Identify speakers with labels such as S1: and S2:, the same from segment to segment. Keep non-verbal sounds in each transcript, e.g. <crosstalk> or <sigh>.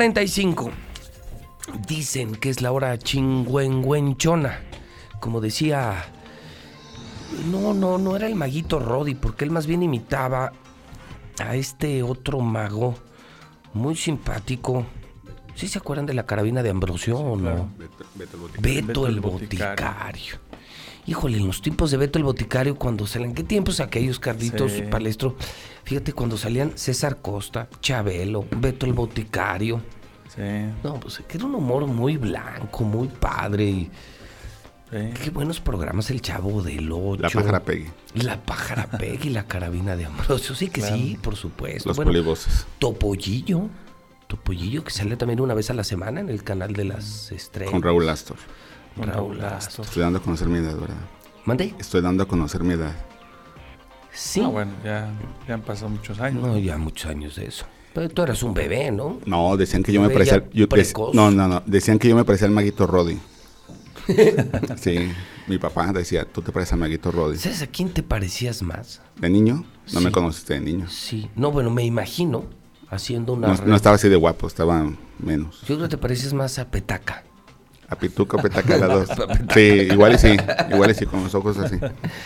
S1: 9.45. Dicen que es la hora chingüengüenchona. Como decía. No, no, no era el maguito Roddy, porque él más bien imitaba a este otro mago muy simpático. ¿Sí se acuerdan de la carabina de Ambrosio o no?
S2: Beto, Beto el Boticario.
S1: Beto, el boticario. Híjole, en los tiempos de Beto el Boticario, cuando salían, ¿qué tiempos aquellos, Carlitos,
S2: Sí.
S1: Palestro? Fíjate, cuando salían César Costa, Chabelo, Beto el Boticario.
S2: Sí,
S1: No, pues que era un humor muy blanco, muy padre. y
S2: sí.
S1: qué buenos programas, El Chavo del Ocho.
S3: La pájara Peggy.
S1: La pájara Peg y la carabina de Ambrosio. Sí que sí, por supuesto.
S3: Los
S1: Bueno,
S3: polivoces.
S1: Topollillo. Topollillo que sale también una vez a la semana en el canal de las estrellas.
S3: Con Raúl Astor.
S2: Con
S1: Raúl
S2: Raúl Astor.
S3: Estoy dando a conocer mi edad, ¿verdad?
S1: ¿Mande?
S3: Estoy dando a conocer mi edad.
S1: Sí.
S2: Ah, bueno, ya, ya han pasado muchos años.
S1: No, ya muchos años de eso. Pero tú eras un bebé, ¿no?
S3: No, decían que yo me
S1: Bella
S3: parecía. al- yo- dec-
S1: precoz.
S3: no, no, no. Decían que yo me parecía al maguito Roddy. <laughs> sí. Mi papá decía, tú te pareces al maguito Roddy.
S1: ¿Sabes a quién te parecías más?
S3: De niño, no
S1: Sí.
S3: me conociste de niño.
S1: Sí. No, bueno, me imagino haciendo una.
S3: No,
S1: red-
S3: no estaba así de guapo, estaba menos.
S1: Yo creo que te pareces más a Petaca.
S3: A Pituca,
S1: <laughs>
S3: Petaca, las dos. Sí, igual y sí, igual y sí, con los ojos así.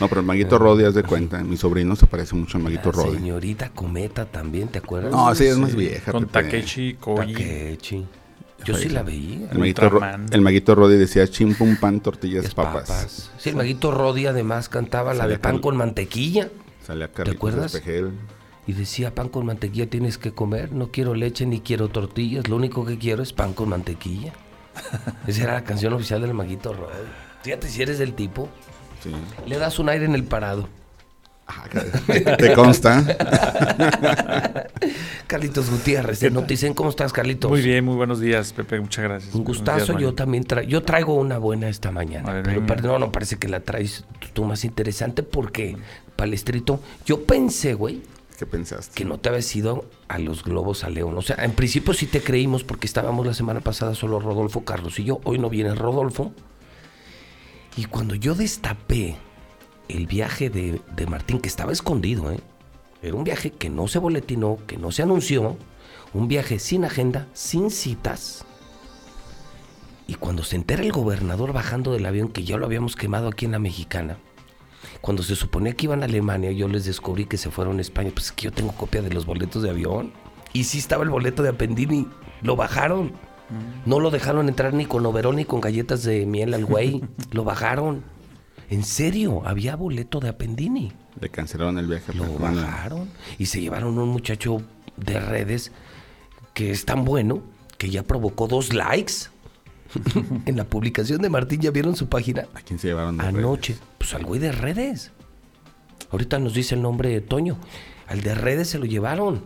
S3: No, pero el Maguito Roddy, haz de cuenta, mi sobrino se parece mucho al Maguito
S1: La
S3: Roddy.
S1: señorita Cometa también, ¿te acuerdas?
S3: No, sí, es más
S2: Sí,
S3: vieja.
S2: Con
S3: Pepe.
S2: Takeshi Koji.
S1: Takechi. Yo sí la veía.
S3: El Maguito, Ro-
S2: Ultraman.
S3: el Maguito Roddy decía chim, pum, pan, tortillas,
S1: Las
S3: papas.
S1: Sí, el maguito Rodi además cantaba la
S3: Salía
S1: de pan
S3: con-
S1: con mantequilla.
S3: Salía Carlitos
S1: acuerdas?
S3: Espejel.
S1: Y decía, pan con mantequilla tienes que comer, no quiero leche ni quiero tortillas, lo único que quiero es pan con
S3: <laughs>
S1: mantequilla. Esa era la canción oficial del maguito Rodi. Fíjate si eres del tipo,
S3: Sí.
S1: le das un aire en el parado.
S3: Ah,
S1: <laughs>
S3: caray. ¿Te consta?
S1: Carlitos Gutiérrez, te noticen cómo estás, Carlitos.
S2: Muy bien, muy buenos días, Pepe. Muchas gracias.
S1: Un
S2: Buenos
S1: gustazo,
S2: días,
S1: yo
S2: Mario.
S1: también tra- yo traigo una buena esta mañana.
S2: A ver,
S1: pero
S2: venga.
S1: perdón, no, parece que la traes tú más interesante porque, Palestrito, yo pensé, güey,
S3: ¿Qué pensaste?
S1: que no te habías ido a los globos a León. O sea, en principio sí te creímos porque estábamos la semana pasada solo Rodolfo, Carlos y yo. Hoy no viene Rodolfo. Y cuando yo destapé el viaje de, de Martín, que estaba escondido, ¿eh? era un viaje que no se boletinó, que no se anunció, un viaje sin agenda, sin citas. Y cuando se entera el gobernador bajando del avión, que ya lo habíamos quemado aquí en la Mexicana, cuando se suponía que iban a Alemania, yo les descubrí que se fueron a España. Pues es que yo tengo copia de los boletos de avión. Y sí estaba el boleto de Appendini. Lo bajaron. No lo dejaron entrar ni con overón ni con galletas de miel al güey. lo bajaron. En serio, había boleto de Appendini.
S3: Le cancelaron el viaje. a
S1: Lo
S3: Tijuana.
S1: bajaron y se llevaron a un muchacho de redes que es tan bueno que ya provocó dos likes. <laughs> en la publicación de Martín, ¿ya vieron su página?
S3: ¿A quién se llevaron? de
S1: Anoche, pues al güey de redes. Ahorita nos dice el nombre de Toño. Al de redes se lo llevaron.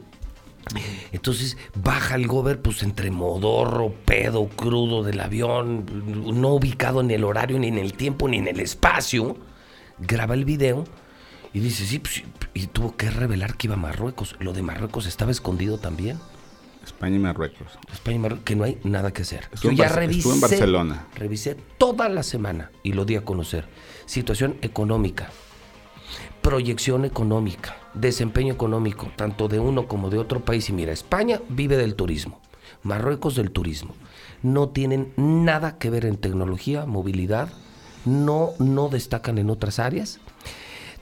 S1: Entonces baja el gober, pues entre modorro, pedo, crudo del avión, no ubicado en el horario, ni en el tiempo, ni en el espacio. Graba el video y dice: Sí, pues, y tuvo que revelar que iba a Marruecos. Lo de Marruecos estaba escondido también.
S3: Reyes? España y Marruecos.
S1: España y Marruecos, que no hay nada que hacer.
S3: Estuvo en
S1: Yo ya
S3: Barce-
S1: revisé.
S3: estuvo en Barcelona.
S1: Revisé toda la semana y lo di a conocer. Situación económica, proyección económica, desempeño económico, tanto de uno como de otro país. Y mira, España vive del turismo, Marruecos del turismo. No tienen nada que ver en tecnología, movilidad, no, no destacan en otras áreas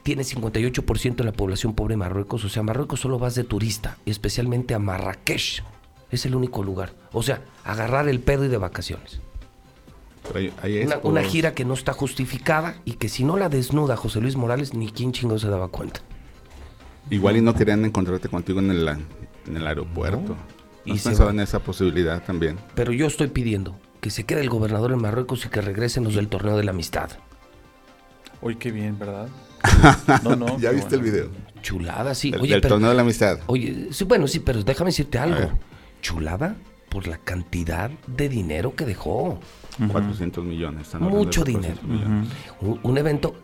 S1: tiene 58% de la población pobre en Marruecos. O sea, a Marruecos solo vas de turista, y especialmente a Marrakech. Es el único lugar. O sea, agarrar el pedo y de vacaciones.
S3: Pero ahí- ahí es
S1: Una,
S3: por-
S1: una gira que no está justificada y que si no la desnuda José Luis Morales, ni quién chingón se daba cuenta.
S3: Igual y no querían encontrarte contigo en el, en el aeropuerto.
S1: Y
S3: ¿Y
S1: se
S3: pensado
S1: va.
S3: en esa posibilidad también?
S1: Pero yo estoy pidiendo que se quede el gobernador en Marruecos y que regresen los del torneo de la amistad.
S2: Hoy qué bien, ¿verdad? No,
S3: <laughs>
S2: no.
S3: ¿Ya
S2: qué
S3: viste el
S2: bueno.
S3: video?
S1: Chulada, sí.
S3: Del,
S1: Oye,
S3: del
S1: pero-
S3: torneo de la amistad.
S1: Oye, sí, bueno, sí, pero déjame decirte algo.
S3: ver.
S1: Chulada por la cantidad de dinero que dejó.
S3: 400 millones. están hablando de
S1: Mucho
S3: 400
S1: dinero.
S3: millones.
S1: Un, un evento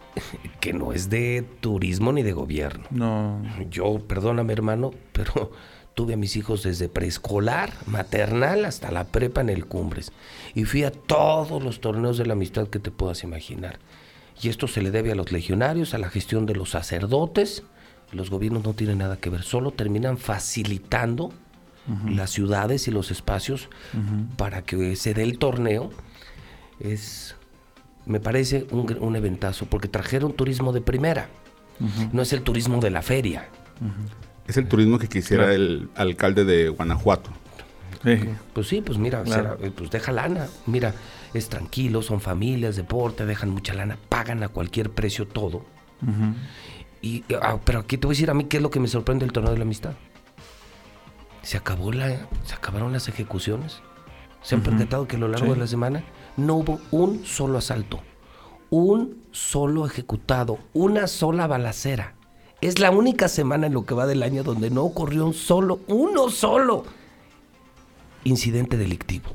S1: que no es de turismo ni de gobierno.
S2: No.
S1: Yo, perdóname hermano, pero tuve a mis hijos desde preescolar, maternal, hasta la prepa en el Cumbres. Y fui a todos los torneos de la amistad que te puedas imaginar. Y esto se le debe a los legionarios, a la gestión de los sacerdotes. Los gobiernos no tienen nada que ver, solo terminan facilitando Ujú. las ciudades y los espacios
S2: Ujú.
S1: para que se dé el torneo, es, me parece, un, gr- un eventazo, porque trajeron turismo de primera,
S2: Ujú.
S1: no es el turismo de la feria.
S3: Es el turismo que quisiera
S2: Claro.
S3: el alcalde de Guanajuato.
S2: Sí.
S1: Pues sí, pues mira,
S2: Claro.
S1: será- eh, pues deja lana, mira, es tranquilo, son familias, deporte, dejan mucha lana, pagan a cualquier precio todo.
S2: Ujú.
S1: Y, ah, pero aquí te voy a decir a mí qué es lo que me sorprende del torneo de la amistad. Se acabó la, se acabaron las ejecuciones. Se han
S2: Ujú.
S1: percatado que a lo largo
S2: Sí.
S1: de la semana no hubo un solo asalto, un solo ejecutado, una sola balacera. Es la única semana en lo que va del año donde no ocurrió un solo, uno solo incidente delictivo.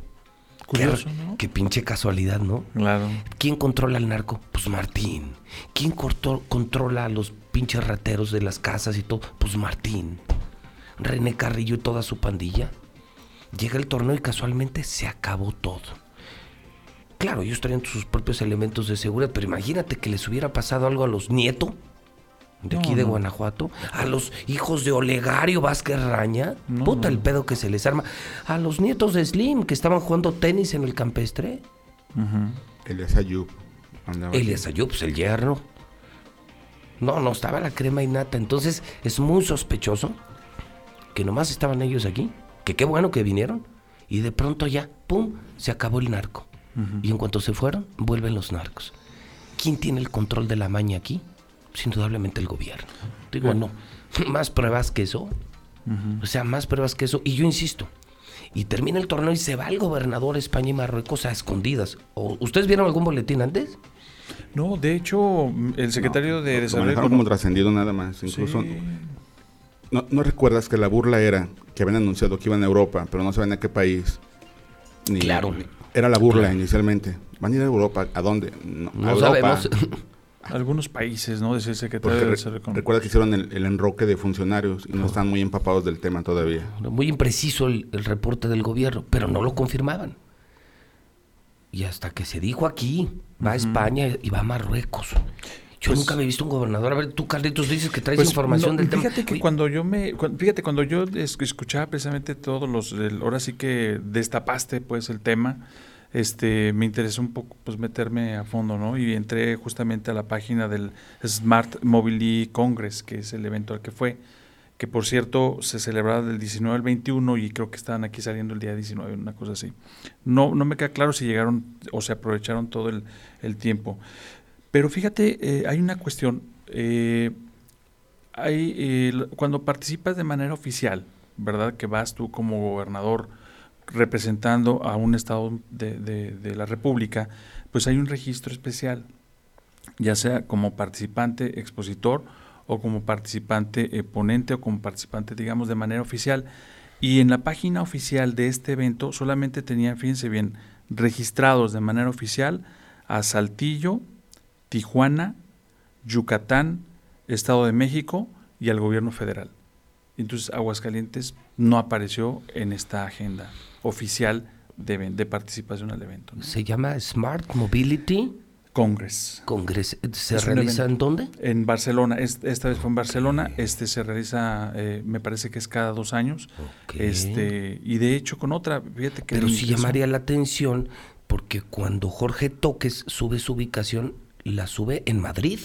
S2: Curioso,
S1: qué,
S2: ¿no?
S1: qué pinche casualidad, ¿no?
S2: Claro.
S1: ¿Quién controla al narco? Pues Martín. ¿Quién corto- controla a los pinches rateros de las casas y todo? Pues Martín. René Carrillo y toda su pandilla. Llega el torneo y casualmente se acabó todo. Claro, ellos traían sus propios elementos de seguridad, pero imagínate que les hubiera pasado algo a los nietos de aquí
S2: No,
S1: de
S2: no.
S1: Guanajuato, a los hijos de Olegario Vázquez Raña,
S2: No,
S1: puta
S2: no.
S1: el pedo que se les arma, a los nietos de Slim que estaban jugando tenis en el campestre.
S2: Ujú.
S3: Elias Ayub. andaba
S1: Elias
S3: aquí.
S1: Ayub, pues, el yerno. No, no, estaba la crema innata. Entonces es muy sospechoso que nomás estaban ellos aquí, que qué bueno que vinieron, y de pronto ya, ¡pum!, se acabó el narco. Y en cuanto se fueron, vuelven los narcos. ¿Quién tiene el control de la maña aquí? Pues, indudablemente el gobierno. Digo, no, <laughs> más pruebas que eso. O sea, más pruebas que eso. Y yo insisto, y termina el torneo y se va el gobernador a España y Marruecos a escondidas. ¿O- ¿Ustedes vieron algún boletín antes?
S2: No, de hecho, m- el secretario de
S3: Lo
S2: Desarrollo
S3: manejaron como
S2: Económico.
S3: trascendido nada más. Incluso
S2: Sí.
S3: ¿No, no recuerdas que la burla era que habían anunciado que iban a Europa, pero no saben a qué país? Ni-
S1: Claro.
S3: Era la burla inicialmente. ¿Van a ir a Europa? ¿A dónde? No,
S1: No
S3: a Europa.
S1: sabemos. <laughs>
S2: Algunos países, ¿no? Decía el secretario
S3: Porque
S2: de
S3: re-
S2: Desarrollo Económico.
S3: recuerda que hicieron el, el enroque de funcionarios y no están muy empapados del tema todavía.
S1: Muy impreciso el, el reporte del gobierno, pero no lo confirmaban. Y hasta que se dijo aquí, va a España y va a Marruecos. Yo
S2: Pues-
S1: nunca había visto un gobernador. A ver, tú, Carlitos, dices que traes información
S2: no,
S1: del tema.
S2: fíjate que
S1: Oye,
S2: cuando yo me cuan- fíjate cuando yo es- escuchaba precisamente todos los el- ahora sí que destapaste pues el tema este me interesó un poco pues meterme a fondo no y entré justamente a la página del Smart Mobility Congress que es el evento al que fue que por cierto se celebraba del 19 al 21 y creo que estaban aquí saliendo el día 19, una cosa así. No, no me queda claro si llegaron o se aprovecharon todo el, el tiempo. Pero fíjate, eh, hay una cuestión. eh, hay, eh, l- cuando participas de manera oficial, ¿verdad? Que vas tú como gobernador representando a un estado de, de- de la República, pues hay un registro especial, ya sea como participante expositor o como participante eh, ponente o como participante, digamos, de manera oficial. Y en la página oficial de este evento solamente tenían, fíjense bien, registrados de manera oficial a Saltillo, Tijuana, Yucatán, Estado de México y al gobierno federal. Entonces Aguascalientes no apareció en esta agenda oficial de, even- de participación al evento. ¿no?
S1: Se llama Smart Mobility
S2: Congress.
S1: Congress. ¿Se
S2: Es un
S1: realiza
S2: evento.
S1: en dónde?
S2: En Barcelona, es- esta vez fue en Barcelona, este se realiza, eh, me parece que es cada dos años,
S1: Ok.
S2: este y de hecho con otra, fíjate que...
S1: Pero
S2: me
S1: sí
S2: interesó.
S1: llamaría la atención porque cuando Jorge Toques sube su ubicación, la sube en Madrid,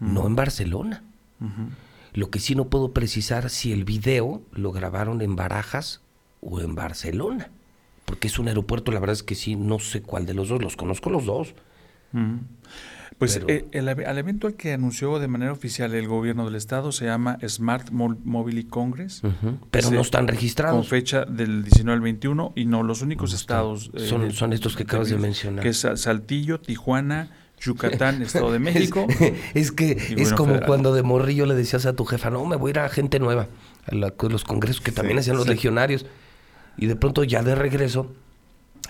S1: no en Barcelona.
S2: Ujú.
S1: Lo que sí no puedo precisar si el video lo grabaron en Barajas o en Barcelona. Porque es un aeropuerto, la verdad es que sí, no sé cuál de los dos, los conozco los dos.
S2: Ujú. Pues
S1: Pero-
S2: eh, el, ave- al evento al que anunció de manera oficial el gobierno del estado se llama Smart Mo- Mobility Congress.
S1: Pero
S2: Sí.
S1: no están
S2: con
S1: registrados.
S2: fecha del 19 al 21 y no los únicos estados eh,
S1: Son- son estos que acabas de mencionar.
S2: que es Sa- Saltillo, Tijuana,
S1: <laughs>
S2: Yucatán, Estado de México.
S1: Es, <laughs> que
S2: Y
S1: es
S2: bueno,
S1: como
S2: federal.
S1: cuando de morrillo le decías a tu jefa, no, me voy a ir a gente nueva, a la- a los congresos que también hacían los
S2: sí.
S1: legionarios. Y de pronto ya de regreso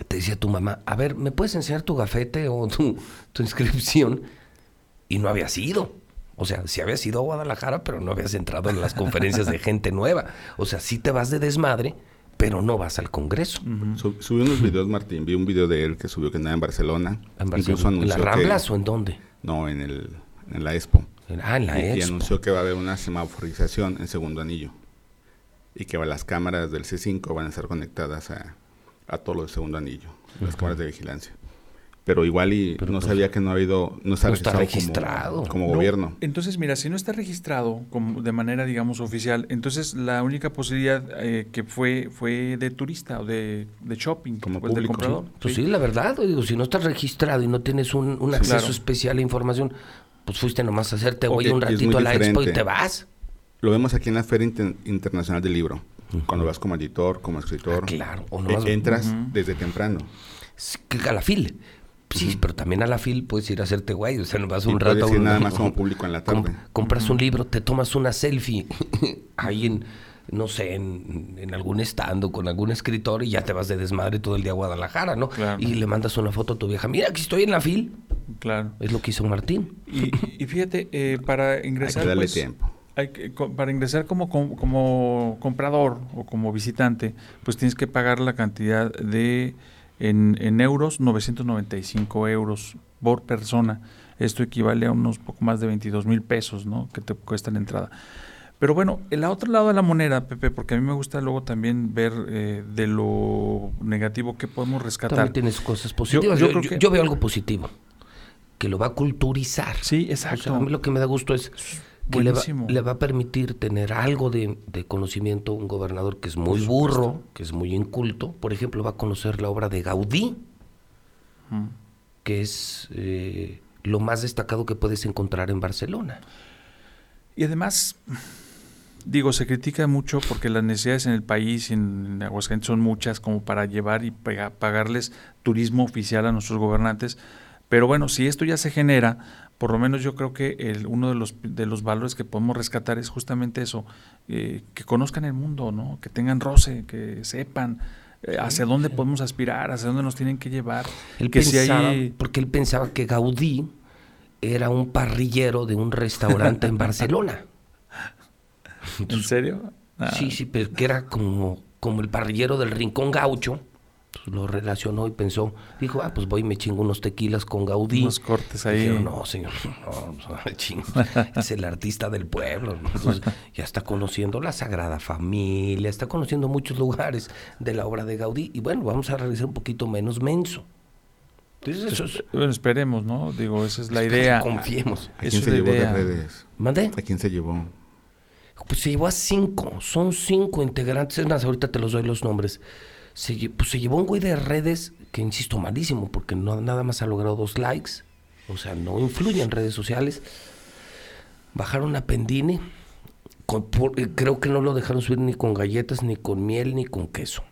S1: te decía tu mamá, a ver, ¿me puedes enseñar tu gafete o tu, tu inscripción? Y no habías ido. O sea, sí habías ido a Guadalajara, pero no habías entrado en las conferencias de gente nueva. O sea, sí te vas de desmadre, pero no vas al congreso.
S3: Sub-
S1: <laughs>
S3: subió unos videos, Martín. Vi un video de él que subió que andaba en Barcelona.
S1: En
S3: Incluso
S1: Barcelona. ¿En
S3: anunció
S1: las
S3: que-
S1: Ramblas o en dónde?
S3: No, en, el, en la Expo.
S1: En- Ah, en la
S3: y, y
S1: Expo.
S3: anunció que va a haber una semaforización en segundo anillo. y que las cámaras del C5 van a estar conectadas a, a todo lo del segundo anillo, las
S1: Ujú.
S3: cámaras de vigilancia. Pero igual y
S1: Pero
S3: no
S1: pues,
S3: sabía que no ha habido, no está
S1: no está
S3: registrado,
S1: registrado.
S3: como, como
S2: No,
S3: gobierno.
S2: Entonces, mira, si no está registrado como de manera, digamos, oficial, entonces la única posibilidad eh, que fue fue de turista o de, de shopping,
S3: Como
S2: pues, del
S3: público,
S2: comprador.
S1: Pues
S2: sí.
S1: sí, la verdad, digo, si no estás registrado y no tienes un, un acceso
S2: claro.
S1: especial a información, pues fuiste nomás a hacerte güey
S3: Ok,
S1: un
S3: es muy
S1: ratito a la expo y
S3: diferente.
S1: te vas.
S3: Lo vemos aquí en la Feria Inter- Internacional del Libro. Cuando vas como editor, como escritor,
S1: Ah, claro, o
S3: eh,
S1: nomás-
S3: entras desde temprano.
S1: Sí, que A la fil. Sí, pero también a la fil puedes ir a hacerte guay, o sea, vas
S3: Y
S1: un
S3: puedes
S1: rato. a
S3: ir
S1: un-
S3: nada más como público en la
S1: Com-
S3: tarde.
S1: compras un libro, te tomas una selfie <laughs> ahí en, no sé, en, en algún estando con algún escritor y ya te vas de desmadre todo el día a Guadalajara, ¿no?
S2: Claro.
S1: Y le mandas una foto a tu vieja, mira, aquí estoy en la fil.
S2: Claro.
S1: Es lo que hizo Martín.
S2: Y, y fíjate, eh, para
S3: Hay
S2: ingresar...
S3: que darle
S2: pues,
S3: tiempo.
S2: hay que- co- para ingresar como, com- como comprador o como visitante, pues tienes que pagar la cantidad de, en, en euros, 995 euros por persona. Esto equivale a unos poco más de 22 mil pesos, ¿no? Que te cuesta la entrada. Pero bueno, el otro lado de la moneda, Pepe, porque a mí me gusta luego también ver eh, de lo negativo que podemos rescatar.
S1: También tienes cosas positivas.
S2: yo
S1: Yo,
S2: creo
S1: yo-
S2: que-
S1: yo veo algo positivo, que lo va a culturizar.
S2: Sí,
S1: O
S2: exacto.
S1: sea, a mí lo que me da gusto es que le va,
S2: Buenísimo.
S1: le va a permitir tener algo de, de conocimiento un gobernador que es muy burro, que es muy inculto. Por ejemplo, va a conocer la obra de Gaudí,
S2: Ujú.
S1: que es eh, lo más destacado que puedes encontrar en Barcelona.
S2: Y además, digo, se critica mucho porque las necesidades en el país, y en, en Aguascalientes, son muchas como para llevar y pega- pagarles turismo oficial a nuestros gobernantes. Pero bueno, si esto ya se genera, por lo menos yo creo que el, uno de los, de los valores que podemos rescatar es justamente eso, eh, que conozcan el mundo, ¿no? que tengan roce, que sepan eh, hacia dónde podemos aspirar, hacia dónde nos tienen que llevar.
S1: Él
S2: que si
S1: pensaba,
S2: hay-
S1: porque él pensaba que Gaudí era un parrillero de un restaurante
S2: <laughs>
S1: en Barcelona.
S2: ¿En serio? Ah,
S1: Sí, sí, pero que era como, como el parrillero del rincón gaucho. Entonces, lo relacionó y pensó, dijo, ah, pues voy y me chingo unos tequilas con Gaudí.
S2: Unos cortes ahí.
S1: Dijeron, no, señor, <laughs> no, pues, no, me chingo.
S2: <laughs>
S1: es el artista del pueblo. ¿no? Entonces, ya está conociendo la Sagrada Familia, está conociendo muchos lugares de la obra de Gaudí. Y bueno, vamos a regresar un poquito menos menso. Entonces, eso es, pues,
S2: Bueno, esperemos, ¿no? Digo, esa es la idea.
S1: confiemos.
S3: ¿A quién
S2: Eso
S3: se
S2: es la
S3: llevó de
S2: idea.
S3: redes?
S1: ¿Mandé?
S3: ¿A quién se llevó?
S1: Pues se llevó a cinco, son cinco integrantes, es más, ahorita te los doy los nombres. Se, lle- pues se llevó un güey de redes que, insisto, malísimo, porque no, nada más ha logrado dos likes, o sea, no influye en redes sociales. Bajaron a Pendini, con- por- eh, creo que no lo dejaron subir ni con galletas, ni con miel, ni con queso.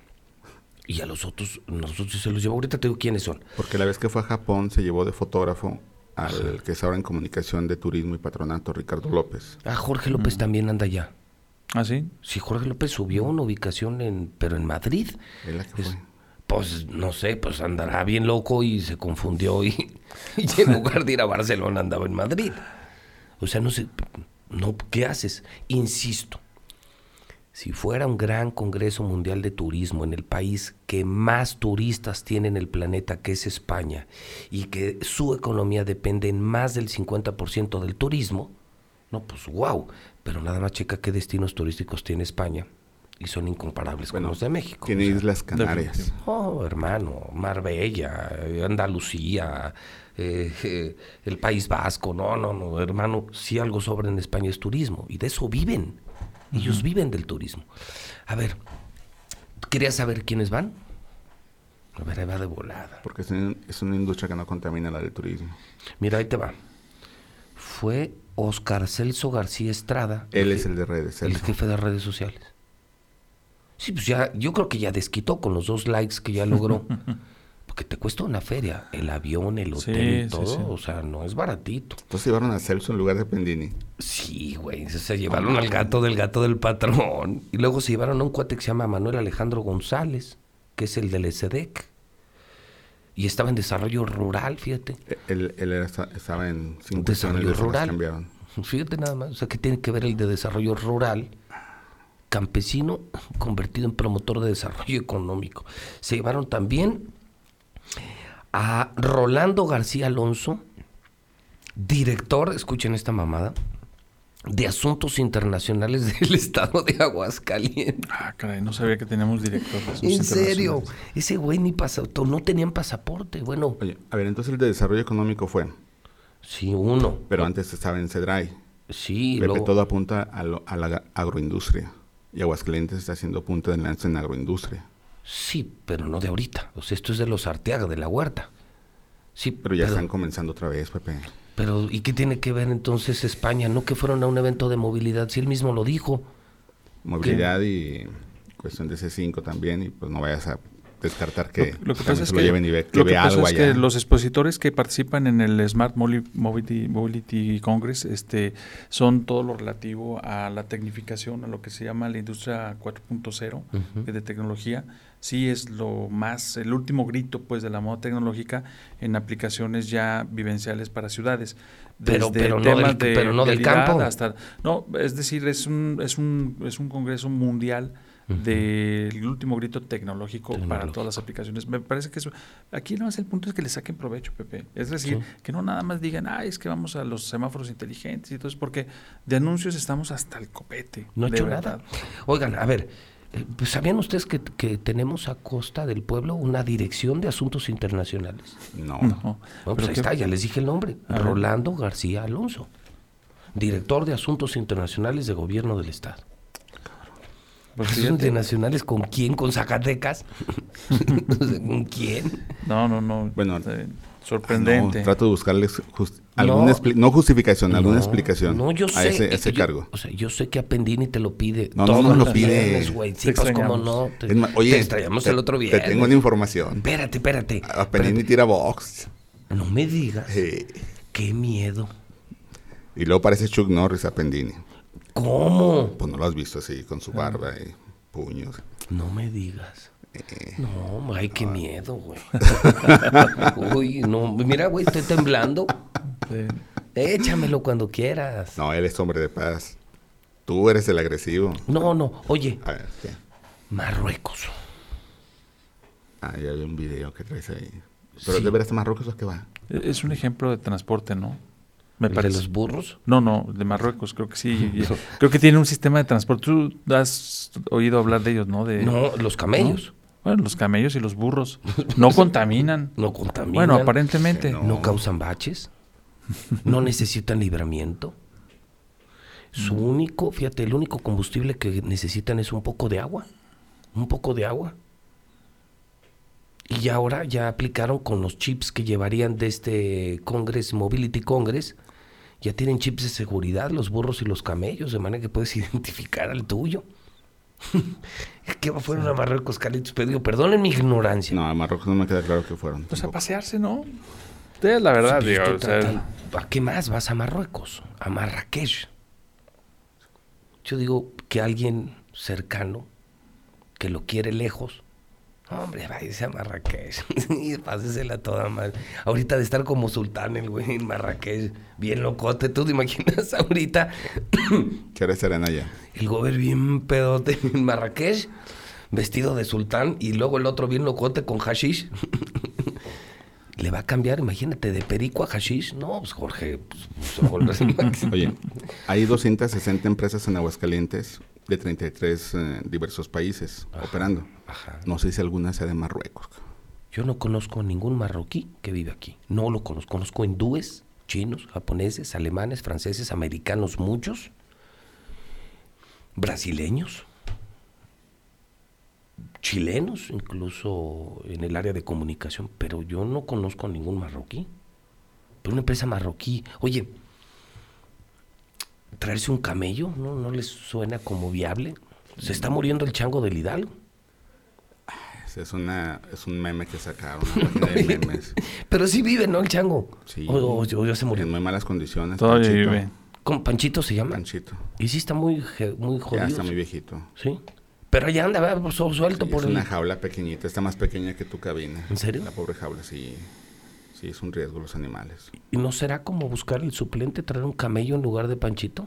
S1: Y a los otros, nosotros se los llevó, ahorita te digo quiénes son.
S3: Porque la vez que fue a Japón se llevó de fotógrafo al que es ahora en comunicación de turismo y patronato, Ricardo López.
S1: Ah, Jorge López también anda allá.
S2: ¿Ah, sí?
S1: Sí, Jorge López subió una ubicación, en, pero en Madrid.
S3: ¿Él a qué
S1: Es-
S3: fue?
S1: Pues no sé, pues andará bien loco y se confundió y, <laughs> y en lugar de ir a Barcelona andaba en Madrid. O sea, no sé, no, ¿qué haces? Insisto, si fuera un gran Congreso Mundial de Turismo en el país que más turistas tiene en el planeta, que es España, y que su economía depende en más del 50% del turismo, no, pues wow, pero nada más checa qué destinos turísticos tiene España y son incomparables
S3: Bueno,
S1: con los de México.
S3: Tiene
S1: O sea,
S3: Islas Canarias.
S2: definitivo.
S1: Oh, hermano, Marbella, eh, Andalucía, eh, eh, el País Vasco, no, no, no, hermano, si algo sobra en España es turismo, y de eso viven, ellos viven del turismo. A ver, ¿querías saber quiénes van? A ver, ahí va de volada.
S3: Porque es, un- es una industria que no contamina la del turismo.
S1: Mira, ahí te va. Fue Oscar Celso García Estrada.
S3: Él es el de redes.
S1: El
S3: Celso.
S1: jefe de redes sociales. Sí, pues ya, yo creo que ya desquitó con los dos likes que ya
S2: <laughs>
S1: logró. Porque te cuesta una feria, el avión, el
S2: Sí,
S1: hotel y
S2: sí,
S1: todo,
S2: sí.
S1: o sea, no es baratito.
S3: Entonces llevaron a Celso en lugar de Pendini.
S1: Sí, güey, se, se llevaron al gato del gato del patrón. Y luego se llevaron a un cuate que se llama Manuel Alejandro González, que es el del ESEDEC. Y estaba en desarrollo rural, fíjate.
S3: Eh, Él, él era- esta- estaba en cinco
S1: Desarrollo
S3: canales, se los
S1: rural.
S3: cambiaron.
S1: Fíjate nada más, o sea, ¿qué tiene que ver el de desarrollo rural? Campesino convertido en promotor de desarrollo económico. Se llevaron también a Rolando García Alonso, director, escuchen esta mamada, de Asuntos Internacionales <laughs> del Estado de Aguascalientes.
S2: Ah, caray, no sabía que teníamos director. de asuntos
S1: En serio,
S2: internacionales.
S1: ese güey ni pasaporte, no tenían pasaporte. Bueno,
S3: Oye, a ver, entonces el de desarrollo económico fue,
S1: sí, uno.
S3: pero antes estaba en CEDRAI.
S1: Sí,
S3: Pepe,
S1: luego-
S3: todo apunta a, lo- a la agroindustria. Y Aguascalientes está haciendo punta de lanza en agroindustria.
S1: sí, pero no de ahorita. O sea, esto es de los Arteaga, de la huerta. Sí,
S3: Pero ya están comenzando otra vez, Pepe.
S1: Pero, ¿y qué tiene que ver entonces España? No que fueron a un evento de movilidad, si él mismo lo dijo.
S3: Movilidad y cuestión de C5 también. Y pues no vayas a descartar que,
S2: Lo- lo que
S3: también
S2: pasa es
S3: se lo
S2: que,
S3: lleven y ve, que
S2: lo que
S3: vea
S2: pasa
S3: algo
S2: es
S3: allá.
S2: que los expositores que participan en el Smart Moli- Mobility, Mobility Congress este, son todo lo relativo a la tecnificación, a lo que se llama la industria 4.0
S1: Ujú.
S2: eh, de tecnología. Sí es lo más, el último grito pues de la moda tecnológica en aplicaciones ya vivenciales para ciudades.
S1: Pero- pero no del- pero no del
S2: vialidad
S1: campo.
S2: hasta- no, es decir, es un, es un, es un congreso mundial
S1: Ujú.
S2: del último grito tecnológico, para
S1: Tecnológico.
S2: todas las aplicaciones. Me parece que eso, aquí no es el punto es que le saquen provecho, Pepe. Es decir,
S1: Sí.
S2: que no nada más digan, ay, es que vamos a los semáforos inteligentes y todo eso, porque de anuncios estamos hasta el copete.
S1: No ha
S2: de
S1: hecho
S2: verdad.
S1: nada. Oigan, a ver, eh, pues, ¿sabían ustedes que, que tenemos a costa del pueblo una dirección de asuntos internacionales?
S3: No.
S2: No.
S1: Bueno, pues
S2: Pero
S1: ahí
S2: qué-
S1: está, ya les dije el nombre.
S2: A ver.
S1: Rolando García Alonso, director de Asuntos Internacionales de Gobierno del Estado.
S2: pues
S1: ¿Asuntos
S2: fíjate.
S1: internacionales con quién? ¿Con Zacatecas? <laughs> ¿Con quién?
S2: No, no, no.
S3: Bueno,
S2: eh,
S3: Ah,
S2: sorprendente.
S3: no, trato de buscarles jus-
S1: No.
S3: alguna expli- no justificación, alguna
S1: No,
S3: explicación
S1: No, yo
S3: a
S1: sé.
S3: ese,
S1: eh,
S3: ese
S1: yo-
S3: cargo.
S1: O sea, yo sé que Apendini te lo pide.
S3: No, no
S1: todos
S3: nos lo
S1: los
S3: pide.
S1: viernes, güey. Sí,
S2: Te
S1: pues cómo
S2: extrañamos.
S1: no. Te,
S3: Es más, oye,
S1: te extrañamos el otro
S3: día.
S1: viernes.
S3: Te tengo una información.
S1: Espérate, espérate.
S3: A Penini tira box.
S1: No me digas.
S3: Eh,
S1: Qué miedo.
S3: Y luego parece Chuck Norris a Pendini.
S1: ¿Cómo?
S3: Pues no lo has visto así, con su barba y puños.
S1: No me digas.
S3: Eh,
S1: No, ay, qué miedo, güey. <laughs> Uy, no. Mira, güey, estoy temblando.
S2: Eh,
S1: Échamelo cuando quieras.
S3: no, él es hombre de paz. Tú eres el agresivo.
S1: No, no. Oye,
S3: A ver, ¿qué?
S1: Marruecos.
S3: Ah, ya vi un video que traes ahí. Pero
S1: Sí.
S3: de veras a Marruecos o qué va.
S2: es un ejemplo de transporte, ¿no? Me
S1: ¿El de
S2: parece.
S1: los burros?
S2: No, no, de Marruecos, creo
S1: <laughs>
S2: que sí. y- creo que tiene un sistema de transporte. Tú has oído hablar de ellos, ¿no? De,
S1: No, los camellos.
S2: Bueno, los camellos y los
S1: <laughs>
S2: burros no contaminan.
S1: No contaminan.
S2: Bueno, aparentemente.
S3: No.
S1: No causan baches, no necesitan libramiento. Su único, fíjate, el único combustible que necesitan es un poco de agua. Un poco de agua. Y ya ahora ya aplicaron con los chips que llevarían de este Congress, Mobility Congress. Ya tienen chips de seguridad los burros y los camellos, de manera que puedes <laughs> identificar al tuyo. <laughs> ¿Qué fueron a Marruecos, Carlitos? Pero digo, perdonen mi ignorancia.
S3: No, a Marruecos no me queda claro que fueron.
S2: Pues a
S3: tampoco.
S2: pasearse, ¿no? Ustedes, la verdad,
S1: Pues,
S2: digo,
S1: estoy
S2: o sea,
S1: tratando- ¿A qué más vas a Marruecos? A Marrakech. Yo digo que alguien cercano, que lo quiere lejos, hombre, váyase a Marrakech <laughs> y pásesela toda mal. Ahorita de estar como sultán el güey en Marrakech, bien locote, ¿tú te imaginas ahorita
S3: ¿Qué hora estarán
S2: <laughs>
S3: allá?
S1: el gober bien pedote <laughs> en Marrakech, vestido de sultán, y luego el otro bien locote con hashish. <laughs> Le va a cambiar, imagínate, de perico a hashish. No, pues Jorge, pues, se va a <laughs> volver el máximo.
S3: Oye, hay 260 empresas en Aguascalientes de 33 eh, diversos países operando.
S1: Ajá.
S3: No sé si alguna sea de Marruecos.
S1: Yo no conozco ningún marroquí que vive aquí. No lo conozco. Conozco hindúes, chinos, japoneses, alemanes, franceses, americanos, muchos. Brasileños. Chilenos, incluso en el área de comunicación. Pero yo no conozco ningún marroquí. Pero una empresa marroquí. Oye, traerse un camello no, no les suena como viable. Se está muriendo el chango del Hidalgo.
S3: Es- Es, una, es un meme que sacaron,
S2: <laughs>
S3: una página de memes.
S1: <laughs> Pero sí vive, ¿no? El chango.
S3: Sí.
S1: O, o- o ya se murió.
S3: En muy malas condiciones.
S2: todavía
S3: Panchito.
S2: vive.
S1: ¿Con Panchito se llama?
S3: Panchito.
S1: Y sí está muy, je- muy jodido.
S3: Ya está muy viejito.
S1: Sí. Pero allá anda, va, su- suelto
S3: Sí,
S1: por
S3: es
S1: el...
S3: una jaula pequeñita, está más pequeña que tu cabina.
S1: ¿En serio?
S3: La pobre jaula, sí. Sí, es un riesgo los animales.
S1: ¿Y no será como buscar el suplente, traer un camello en lugar de Panchito?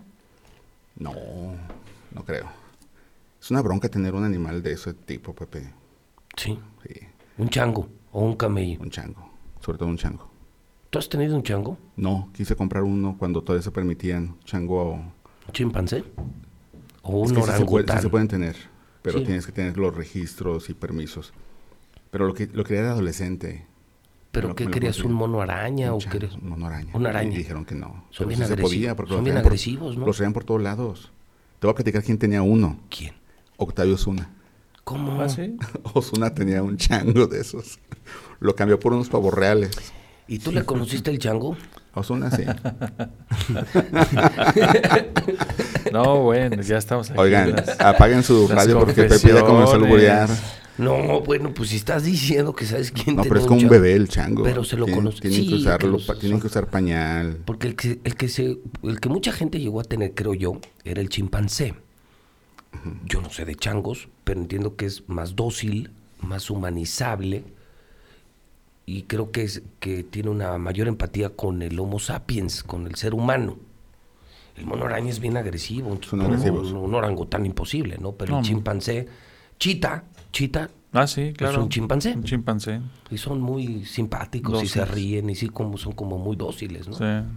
S3: No, no creo. Es una bronca tener un animal de ese tipo, Pepe.
S1: Sí.
S3: Sí,
S1: Un chango o un camello.
S3: un chango. Sobre todo un chango.
S1: ¿Tú has tenido un chango?
S3: No, quise comprar uno cuando todavía se permitían. Chango
S1: chimpancé o un
S3: Es que sí se, puede, sí
S1: orangután.
S3: se pueden tener, pero
S1: Sí.
S3: tienes que tener los registros y permisos. Pero lo que lo quería de adolescente.
S1: ¿Pero
S3: Me lo-
S1: qué
S3: me lo
S1: querías? ¿Un
S3: conseguí.
S1: mono araña o
S3: Ya,
S1: querías?
S3: un mono araña.
S1: Una araña.
S3: Y dijeron que no.
S1: Son
S3: Pero
S1: bien
S3: sí se
S1: agresivos,
S3: podía porque
S1: son
S3: los
S1: bien
S3: traían por-
S1: agresivos, ¿no?
S3: Los traían por todos lados. Te voy a platicar quién tenía uno.
S1: ¿Quién?
S3: Octavio Osuna. <laughs>
S1: ¿Cómo?
S2: Ah, sí.
S3: Osuna tenía un chango de esos. Lo cambió por unos pavos reales.
S1: ¿Y tú le conociste el chango?
S3: Osuna,
S1: <laughs>
S3: sí.
S2: No, bueno, ya estamos aquí.
S3: Oigan,
S2: Las-
S3: apaguen su
S2: las
S3: radio porque Pepe ya comenzó a
S2: confesiones.
S3: alburear.
S1: No, bueno, pues si estás diciendo que sabes quién
S3: No,
S1: tenía
S3: pero es como un
S1: chango.
S3: bebé el chango.
S1: Pero se lo
S3: Tienen-
S1: conoce.
S3: Tienen que
S1: Sí,
S3: usarlo,
S1: que
S3: pa-
S1: los-
S3: tienen que usar pañal.
S1: Porque el que, el que se, el que mucha gente llegó a tener, creo yo, era el chimpancé. Yo no sé de changos, pero entiendo que es más dócil, más humanizable y creo que es que tiene una mayor empatía con el Homo sapiens, con el ser humano. El mono araña es bien agresivo, un-
S3: Son agresivos.
S1: un, un orangután imposible, ¿no? Pero
S2: No,
S1: el
S2: no.
S1: chimpancé, chita, chita,
S2: Ah, sí, claro.
S1: Pues, un chimpancé.
S2: Un chimpancé.
S1: y son muy simpáticos y se
S2: Dóciles.
S1: ríen y sí como son como muy dóciles, ¿no?
S2: Sí.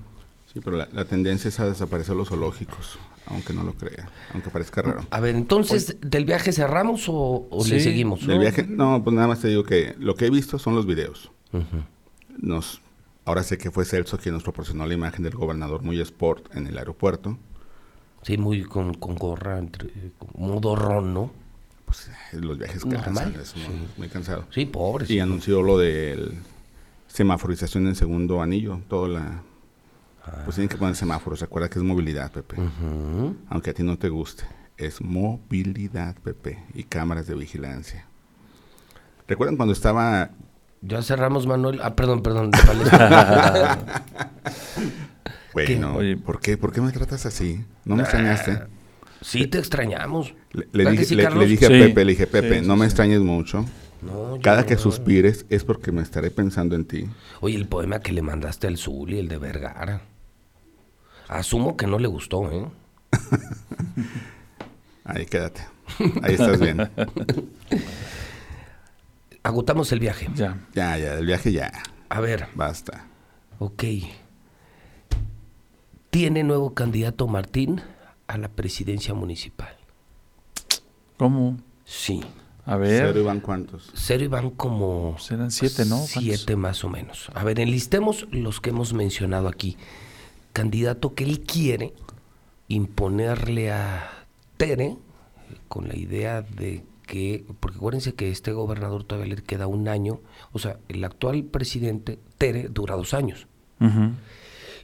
S3: Sí, pero la, la tendencia es a desaparecer los zoológicos, aunque no lo crea, aunque parezca raro.
S1: A ver, entonces, ¿del viaje cerramos o, o le
S2: Sí.
S1: seguimos?
S3: Del viaje, no, pues nada más te digo que lo que he visto son los videos.
S1: Ujú.
S3: Nos, ahora sé que fue Celso quien nos proporcionó la imagen del gobernador muy sport en el aeropuerto.
S1: Sí, muy con, con gorra, entre, con modorrón, ¿no?
S3: Pues eh, los viajes cansan,
S1: Normal,
S3: es muy, muy cansado.
S1: Sí, pobres.
S3: Y anunció lo de semaforización en segundo anillo, toda la... Pues tienen que poner semáforos, recuerda que es movilidad, Pepe.
S1: Ah. Ujú.
S3: Aunque a ti no te guste, es movilidad, Pepe, y cámaras de vigilancia. ¿Recuerdan cuando estaba
S1: Ya cerramos, Manuel. Ah, perdón, perdón. de
S3: <laughs>
S1: Palestina.
S3: Bueno,
S2: Oye.
S3: ¿por qué? ¿Por qué me tratas así? No
S1: Ah.
S3: me extrañaste.
S1: sí, te extrañamos.
S3: Le, le
S1: ¿Verdad que
S3: dije,
S1: sí,
S3: le- le
S1: Carlos?
S3: dije a
S2: Sí.
S3: Pepe, le dije, Pepe,
S2: Sí,
S3: no
S2: sí,
S3: me
S2: sí.
S3: extrañes mucho.
S1: No, yo
S3: Cada que
S1: no.
S3: suspires es porque me estaré pensando en ti.
S1: Oye, el poema que le mandaste al Zuli, el de Vergara. Asumo que no le gustó, ¿eh?
S3: Ahí quédate. Ahí estás
S2: <laughs>
S3: bien.
S1: Agotamos el viaje.
S2: Ya.
S3: Ya, ya, del viaje ya.
S1: A ver,
S3: Basta.
S1: ok. Tiene nuevo candidato Martín a la presidencia municipal.
S2: ¿Cómo?
S1: Sí.
S2: A
S3: Cero y
S2: ver.
S3: van cuántos.
S1: Cero y van como...
S2: Serán siete, ¿no? ¿Cuántos?
S1: Siete más o menos. A ver, enlistemos los que hemos mencionado aquí. Candidato que él quiere imponerle a Tere eh, con la idea de que, porque acuérdense que este gobernador todavía le queda un año, o sea, el actual presidente Tere dura dos años
S2: Ujú.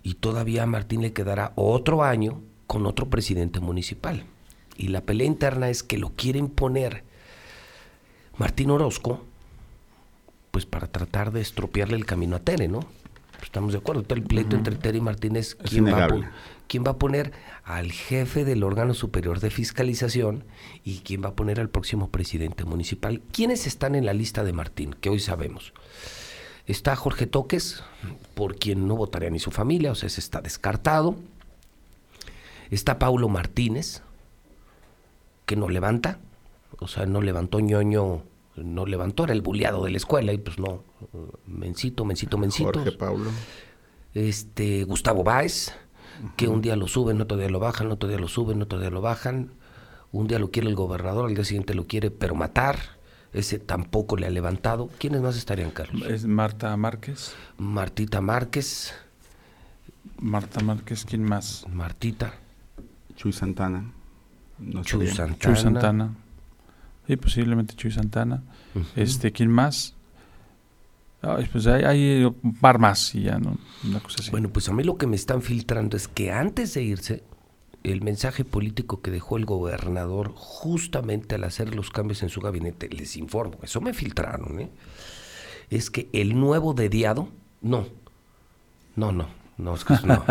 S1: y todavía a Martín le quedará otro año con otro presidente municipal. Y la pelea interna es que lo quieren poner Martín Orozco, pues para tratar de estropearle el camino a Tere, ¿no? Pues, Estamos de acuerdo, todo el pleito entre Tere y Martín es
S3: Es
S1: quién va, a
S3: innegable.
S1: pon- quién va a poner al jefe del órgano superior de fiscalización y quién va a poner al próximo presidente municipal. ¿Quiénes están en la lista de Martín? Que hoy sabemos. Está Jorge Toques, por quien no votaría ni su familia, o sea, se está descartado. Está Paulo Martínez, que no levanta, o sea, no levantó ñoño, no levantó, era el buleado de la escuela, y pues no, eh, mencito, mencito, mencito.
S3: Jorge Pablo.
S1: Este, Gustavo Báez, que un día lo suben, otro día lo bajan, otro día lo suben, otro día lo bajan. Un día lo quiere el gobernador, al día siguiente lo quiere, pero matar. Ese tampoco le ha levantado. ¿Quiénes más estarían, Carlos?
S2: Es Marta Márquez.
S1: Martita Márquez,
S2: Marta Márquez, ¿quién más?
S1: Martita,
S3: Chuy Santana. No está
S1: Chuy
S3: bien.
S1: Santana.
S2: Chuy Santana. Sí, posiblemente Chuy Santana.
S1: Ujú.
S2: Este, ¿quién más? Ay, pues hay, hay un par más y ya, ¿no? Una cosa así.
S1: Bueno, pues a mí lo que me están filtrando es que antes de irse, el mensaje político que dejó el gobernador justamente al hacer los cambios en su gabinete, les informo, eso me filtraron, ¿eh? es que el nuevo dediado, no, no, no, no, es que es-
S3: <laughs>
S1: no.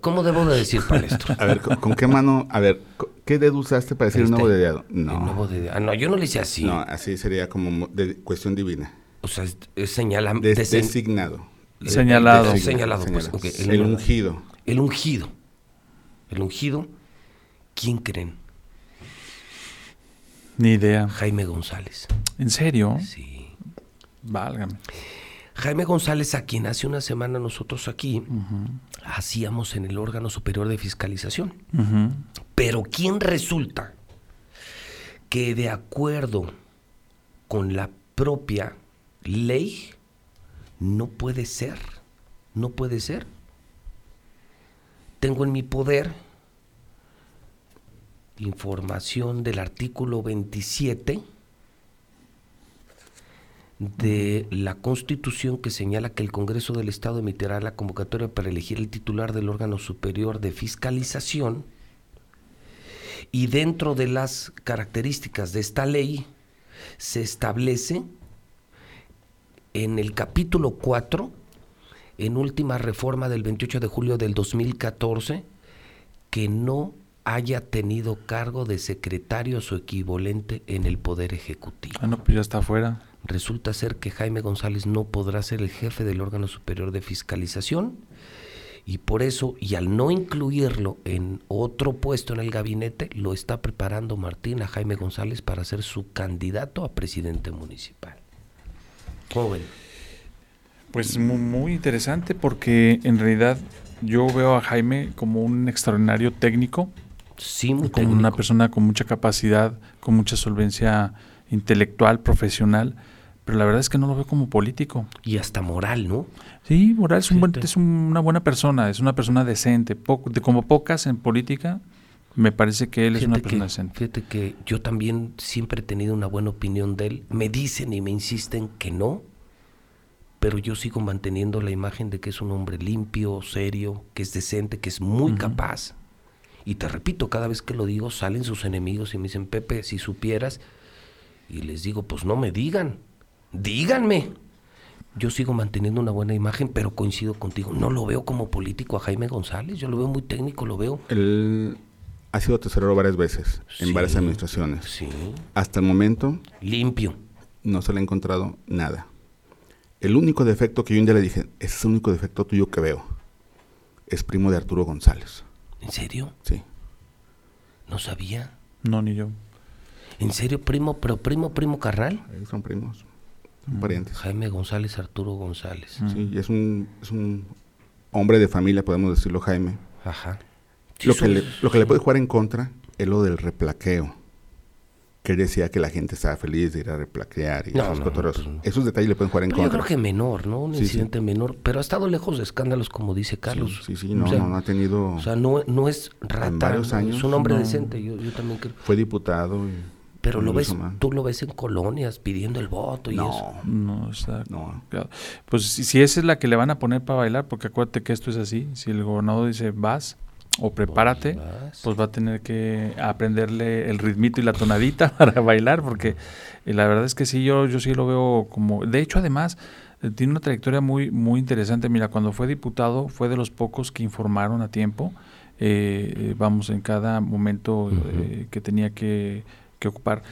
S1: ¿Cómo debo de decir, Palestro?
S3: A ver, ¿con, con qué mano? A ver, co- ¿qué dedo usaste para decir
S1: Este,
S3: nuevo dedo?
S1: El nuevo
S3: <laughs> No.
S1: dedi- Ah, no, yo no le hice así.
S3: No, así sería como mo- de- cuestión divina.
S1: O sea, es, es señala-
S3: De-
S1: desen-
S3: designado.
S1: eh,
S2: Señalado.
S1: eh, señalado, pues,
S3: Señalado.
S1: ok,
S3: el,
S1: nuevo-
S3: ungido.
S1: El ungido. El ungido, ¿quién creen?
S2: Ni idea.
S1: Jaime González.
S3: ¿Eh?
S2: ¿En serio?
S1: Sí.
S2: Válgame.
S1: Jaime González, a quien hace una semana nosotros aquí hacíamos en el órgano superior de fiscalización.
S2: Ujú.
S1: Pero ¿quién resulta que de acuerdo con la propia ley no puede ser? No puede ser. Tengo en mi poder información del artículo 27 de la Constitución que señala que el Congreso del Estado emitirá la convocatoria para elegir el titular del órgano superior de fiscalización y dentro de las características de esta ley se establece en el capítulo 4, en última reforma del 28 de julio del 2014, que no haya tenido cargo de secretario o su equivalente en el Poder Ejecutivo.
S2: Ah, no, pues ya está afuera.
S1: Resulta ser que Jaime González no podrá ser el jefe del órgano superior de fiscalización y por eso, y al no incluirlo en otro puesto en el gabinete, lo está preparando Martín a Jaime González para ser su candidato a presidente municipal. Joven.
S2: Pues mu- muy, interesante porque en realidad yo veo a Jaime como un extraordinario técnico,
S1: Sí, muy
S2: como una
S1: técnico.
S2: persona con mucha capacidad, con mucha solvencia intelectual, profesional, pero la verdad es que no lo veo como político.
S1: Y hasta moral, ¿no?
S2: Sí, Moral es, un buen-
S1: Fíjate.
S2: es una buena persona, es una persona decente, poco- de, como pocas en política, me parece que él es una
S1: Fíjate que-
S2: persona decente.
S1: Fíjate que yo también siempre he tenido una buena opinión de él. Me dicen y me insisten que no, pero yo sigo manteniendo la imagen de que es un hombre limpio, serio, que es decente, que es muy capaz. Y te repito, cada vez que lo digo salen sus enemigos y me dicen, Pepe, si supieras, y les digo, pues no me digan, díganme. Yo sigo manteniendo una buena imagen, pero coincido contigo. No lo veo como político a Jaime González, yo lo veo muy técnico, lo veo.
S3: Él ha sido tesorero varias veces en
S1: Sí.
S3: varias administraciones.
S1: Sí,
S3: Hasta el momento
S1: limpio.
S3: no se le ha encontrado nada. El único defecto que yo un día le dije, ese es el único defecto tuyo que veo, es primo de Arturo González.
S1: ¿En serio?
S3: Sí.
S1: No sabía.
S2: No, ni yo.
S1: ¿En serio, primo, pero primo, primo carnal?
S3: Eh, Son primos,
S1: Mm.
S3: son parientes.
S1: Jaime González, Arturo González.
S3: Sí, y es un, es un hombre de familia, podemos decirlo, Jaime.
S1: Ajá.
S3: lo,
S1: Sí,
S3: que le,
S1: son-
S3: lo que le puede jugar en contra es lo del replaqueo. Que él decía que la gente estaba feliz de ir a replaquear y
S1: No,
S3: esos
S1: no,
S3: cotorreos.
S1: pues no.
S3: Esos detalles le pueden jugar en
S1: Pero yo
S3: contra.
S1: creo que menor, ¿no? Un
S3: Sí, sí.
S1: incidente menor. Pero ha estado lejos de escándalos, como dice Carlos.
S3: Sí, sí, no,
S1: o sea,
S3: no, no ha tenido.
S1: o sea, no, no es rata.
S3: varios
S1: ¿no?
S3: años,
S1: es un hombre
S3: no.
S1: decente, yo, yo también creo.
S3: fue diputado. y
S1: Pero
S3: no
S1: lo ves,
S3: hizo mal.
S1: tú lo ves en colonias pidiendo el voto y eso.
S3: No,
S2: No, está
S3: no.
S2: Claro. Pues si, si esa es la que le van a poner para bailar, porque acuérdate que esto es así, si el gobernador dice vas o prepárate, pues,
S1: vas.
S2: va a tener que aprenderle el ritmito y la tonadita <laughs> para bailar, porque eh, la verdad es que sí, yo, yo sí lo veo como... De hecho, además, eh, tiene una trayectoria muy, muy interesante. Mira, cuando fue diputado fue de los pocos que informaron a tiempo, eh, eh, vamos, en cada momento eh, que tenía que que ocupar,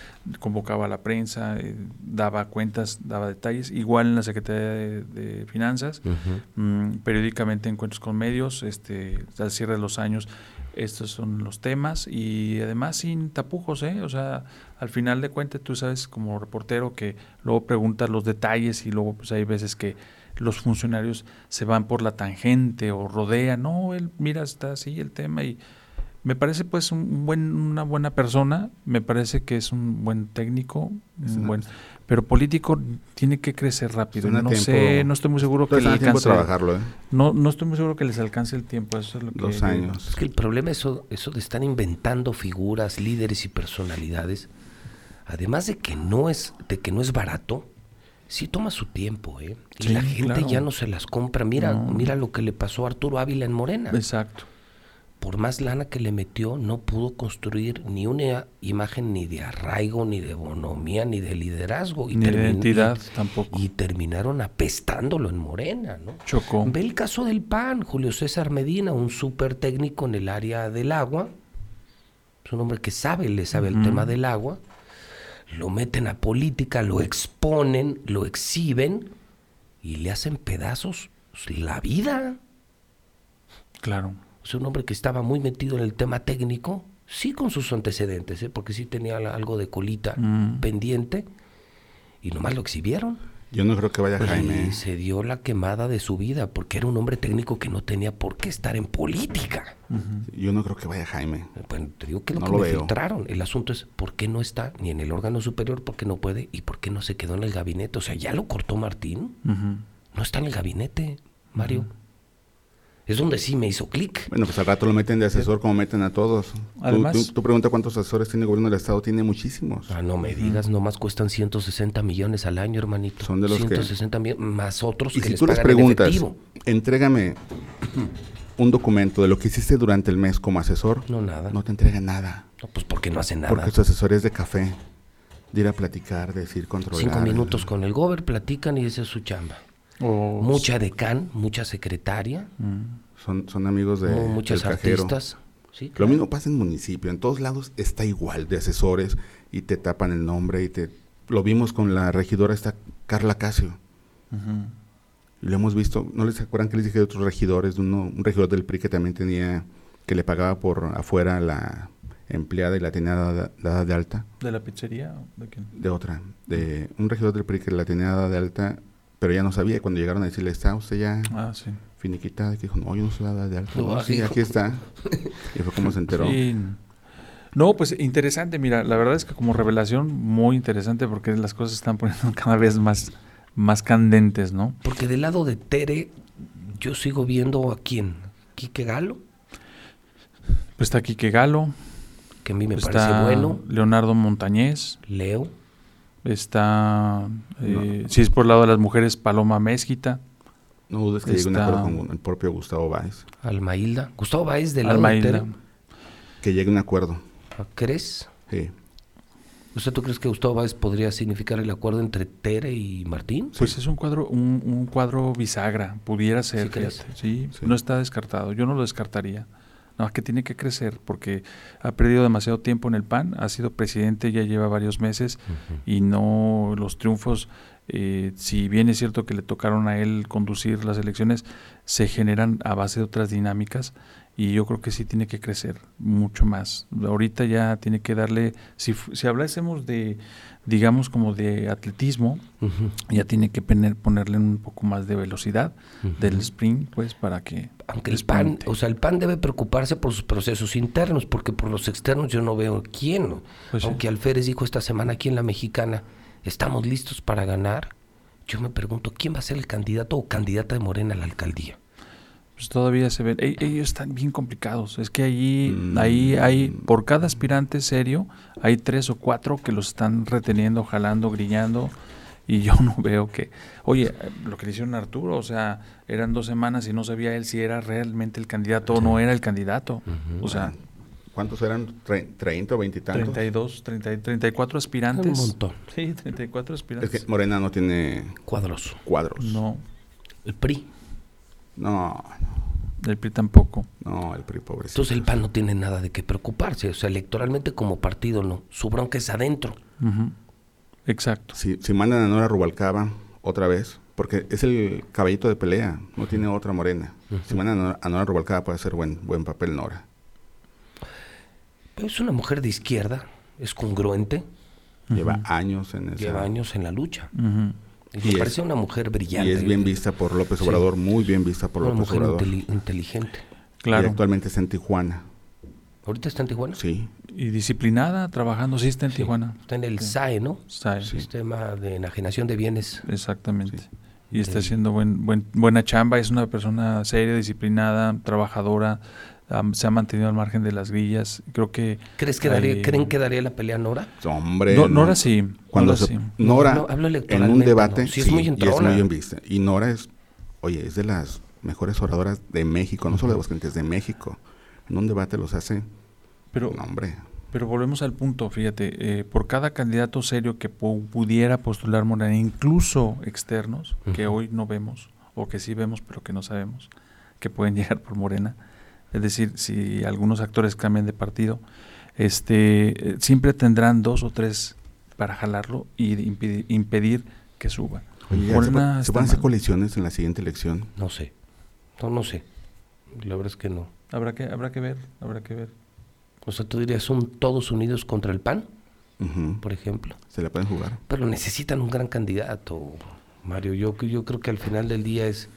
S2: convocaba a la prensa, eh, daba cuentas, daba detalles, igual en la Secretaría de, de Finanzas,
S1: Ujú.
S2: mm, periódicamente encuentros con medios, este, al cierre de los años, estos son los temas y además sin tapujos, ¿eh? o sea, al final de cuentas tú sabes como reportero que luego preguntas los detalles y luego pues hay veces que los funcionarios se van por la tangente o rodean, no, él mira, está así el tema y me parece pues un buen, una buena persona, me parece que es un buen técnico,
S3: Es
S2: un
S3: una-
S2: buen, pero político tiene que crecer rápido.
S3: Están a
S2: No
S3: tiempo-
S2: sé, no estoy muy seguro que
S3: Entonces,
S2: le
S3: da tiempo de
S2: alcance.
S3: trabajarlo, ¿eh?
S2: No, no estoy muy seguro que les alcance el tiempo. Eso es lo que
S3: Dos
S2: yo-
S1: Es
S3: años.
S1: que el problema es eso, eso de estar inventando figuras, líderes y personalidades, además de que no es, de que no es barato, sí toma su tiempo, ¿eh? Y
S2: Sí,
S1: la gente
S2: claro.
S1: ya no se las compra. Mira,
S2: No.
S1: mira lo que le pasó a Arturo Ávila en Morena.
S2: Exacto.
S1: Por más lana que le metió, no pudo construir ni una imagen ni de arraigo, ni de bonomía, ni de liderazgo.
S2: Ni de
S1: termin-
S2: identidad tampoco.
S1: Y terminaron apestándolo en Morena, ¿no?
S2: Chocó.
S1: Ve el caso del PAN, Julio César Medina, un súper técnico en el área del agua. Es un hombre que sabe, le sabe el tema del agua. Lo meten a política, lo exponen, lo exhiben y le hacen pedazos la vida.
S2: Claro.
S1: Es un hombre que estaba muy metido en el tema técnico, sí con sus antecedentes, ¿eh? porque sí tenía la- algo de colita
S2: Mm.
S1: pendiente y nomás lo exhibieron.
S3: Yo no creo que vaya Jaime. ¿eh?
S1: Y se dio la quemada de su vida porque era un hombre técnico que no tenía por qué estar en política.
S3: Yo no creo que vaya Jaime.
S1: Bueno, te digo que es lo
S3: No
S1: que
S3: lo
S1: me
S3: veo.
S1: filtraron. El asunto es por qué no está ni en el órgano superior, por qué no puede y por qué no se quedó en el gabinete. O sea, ya lo cortó Martín.
S2: Ujú.
S1: No está en el gabinete, Mario. Es donde sí me hizo clic.
S3: Bueno, pues al rato lo meten de asesor como meten a todos. Tú-
S2: Además-
S3: tú, tú pregunta cuántos asesores tiene el gobierno del Estado. Tiene muchísimos.
S1: Ah, no me digas, nomás cuestan 160 millones al año, hermanito.
S3: Son de los que-
S1: 160 millones más otros
S3: Y
S1: pues que
S3: si
S1: les
S3: tú les
S1: pagan en
S3: preguntas,
S1: efectivo.
S3: entrégame un documento de lo que hiciste durante el mes como asesor,
S1: No, nada.
S3: no te entrega nada.
S1: No, pues porque no hace nada.
S3: Porque su asesor es de café, de ir a platicar, de decir, controlar.
S1: Cinco minutos con el gober, platican y esa es su chamba.
S2: O-
S3: Pues,
S1: Mucha decán, mucha secretaria,
S2: Mm.
S3: Son, son amigos de,
S1: mu- muchas
S3: del cajero.
S1: artistas. Sí,
S3: Lo
S1: claro.
S3: mismo pasa en municipio, en todos lados está igual de asesores y te tapan el nombre y te... Lo vimos con la regidora esta Carla Casio.
S2: Ujú.
S3: Y Lo hemos visto, ¿no les acuerdan que les dije de otros regidores? De uno, un regidor del PRI que también tenía, que le pagaba por afuera la empleada y la tenía dada, dada de alta,
S2: ¿De la pizzería? o ¿De quién?
S3: de otra, de un regidor del PRI que la tenía dada de alta, pero ya no sabía, y cuando llegaron a decirle, está usted ya
S2: Ah, sí.
S3: finiquitada, que dijo, no, yo no soy dada de alta, "No,
S1: Ay,
S3: sí,
S1: hijo.
S3: aquí está. <laughs> Y fue como se enteró.
S2: Sí. No, pues interesante, mira, la verdad es que como revelación muy interesante porque las cosas se están poniendo <laughs> cada vez más, más candentes, ¿no?
S1: Porque del lado de Tere, yo sigo viendo a quién. Quique Galo,
S2: Pues está Quique Galo, Pues,
S1: que a mí me
S2: está
S1: parece bueno.
S2: Leonardo Montañez,
S1: Leo,
S2: está, eh, si es por el lado de las mujeres, Paloma Mezquita,
S3: No dudes que llegue un
S2: Está-
S3: acuerdo con el propio Gustavo Báez.
S1: Almailda. Gustavo Báez del lado de
S2: Almaida.
S1: Tere.
S3: Que llegue un acuerdo.
S1: ¿Crees?
S3: Sí.
S1: ¿Usted tú crees que Gustavo Báez podría significar el acuerdo entre Tere y Martín?
S2: Pues es un cuadro, un, un cuadro bisagra, pudiera ser,
S1: ¿Sí crees?
S2: fíjate, ¿sí?
S3: Sí.
S2: no está descartado, yo no lo descartaría. No, que tiene que crecer porque ha perdido demasiado tiempo en el PAN, ha sido presidente ya lleva varios meses y no los triunfos, eh, si bien es cierto que le tocaron a él conducir las elecciones, se generan a base de otras dinámicas y yo creo que sí tiene que crecer mucho más. Ahorita ya tiene que darle, si, fu- si hablásemos de, digamos, como de atletismo,
S1: Ujú.
S2: ya tiene que poner- ponerle un poco más de velocidad
S1: Ujú.
S2: del sprint, pues para que...
S1: Aunque el PAN, o sea, el PAN debe preocuparse por sus procesos internos, porque por los externos yo no veo quién.
S2: Pues sí.
S1: Aunque Alférez dijo esta semana aquí en La Mexicana, estamos listos para ganar. Yo me pregunto, ¿quién va a ser el candidato o candidata de Morena a la alcaldía?
S2: Pues todavía se ven, e- ellos están bien complicados, es que allí,
S3: Mm.
S2: ahí hay, por cada aspirante serio, hay tres o cuatro que los están reteniendo, jalando, griñando, y yo no <laughs> veo que, oye, eh, lo que le hicieron a Arturo, o sea, eran dos semanas y no sabía él si era realmente el candidato o no era el candidato, o sea,
S3: ¿Cuántos eran? Tre- ¿30 o 20 y tantos?
S2: 32, 30, y 34 aspirantes.
S1: Un montón.
S2: Sí, 34 aspirantes.
S3: Es que Morena no tiene
S1: Cuadros.
S3: cuadros.
S2: No,
S1: El PRI.
S3: No,
S2: del PRI tampoco.
S3: no, el PRI pobrecito.
S1: Entonces el PAN no tiene nada de qué preocuparse. O sea, electoralmente como partido no. Su bronca es adentro.
S2: Ujú. Exacto.
S3: Si, si mandan a Nora Rubalcaba otra vez, porque es el caballito de pelea, no tiene otra Morena. Si mandan a Nora, a Nora Rubalcaba puede hacer buen, buen papel Nora.
S1: Pues, Es una mujer de izquierda, es congruente,
S3: Lleva años en esa...
S1: lleva años en la lucha.
S2: Ujú.
S1: Y
S3: Y
S1: me
S3: es-
S1: parece una mujer brillante.
S3: Y es bien vista por López Obrador, muy bien vista por
S1: Una
S3: López
S1: mujer
S3: Obrador.
S1: inteli- inteligente.
S3: Y
S2: Claro.
S3: actualmente está en Tijuana.
S1: ¿Ahorita está en Tijuana?
S3: Sí,
S2: Y, disciplinada, trabajando, sí está en Tijuana.
S1: Está en el
S2: Sí.
S1: SAE, ¿no?
S2: Sabe,
S1: Sistema de enajenación de bienes.
S2: Exactamente. Y está
S1: Del-
S2: haciendo buen, buen- buena chamba, es una persona seria, disciplinada, trabajadora, am- se ha mantenido al margen de las grillas. Creo que...
S1: ¿Crees que daría,
S2: ahí-
S1: ¿Creen que daría la pelea a Nora?
S3: Hombre.
S2: No, Nora sí,
S3: Cuando se-
S2: Nora sí.
S3: Nora,
S1: No, hablo
S3: en un
S1: electoralmente,
S3: debate,
S1: ¿no? Sí, es muy
S3: y
S1: entrona.
S3: muy bien vista. Y Nora es, oye, es de las mejores oradoras de México, no solo de Aguascalientes, de México. En un debate los hace,
S2: Pero,
S3: no, hombre,
S2: Pero volvemos al punto, fíjate, eh, por cada candidato serio que pu- pudiera postular Morena, incluso externos, que
S1: Ujú.
S2: hoy no vemos, o que sí vemos pero que no sabemos, que pueden <laughs> llegar por Morena, es decir, si algunos actores cambian de partido, este, eh, siempre tendrán dos o tres para jalarlo y impedir, impedir que suba.
S3: Oye, ya, ¿se,
S2: Morena
S3: va- se
S2: está
S3: van a hacer
S2: mal.
S3: coaliciones en la siguiente elección?
S1: No sé. No, no sé. La verdad es que no.
S2: Habrá que, habrá que ver, habrá que ver.
S1: O sea, tú dirías, son todos unidos contra el PAN,
S3: Ujú.
S1: por ejemplo.
S3: Se la pueden jugar.
S1: Pero necesitan un gran candidato. Mario. Yo, yo creo que al final del día es,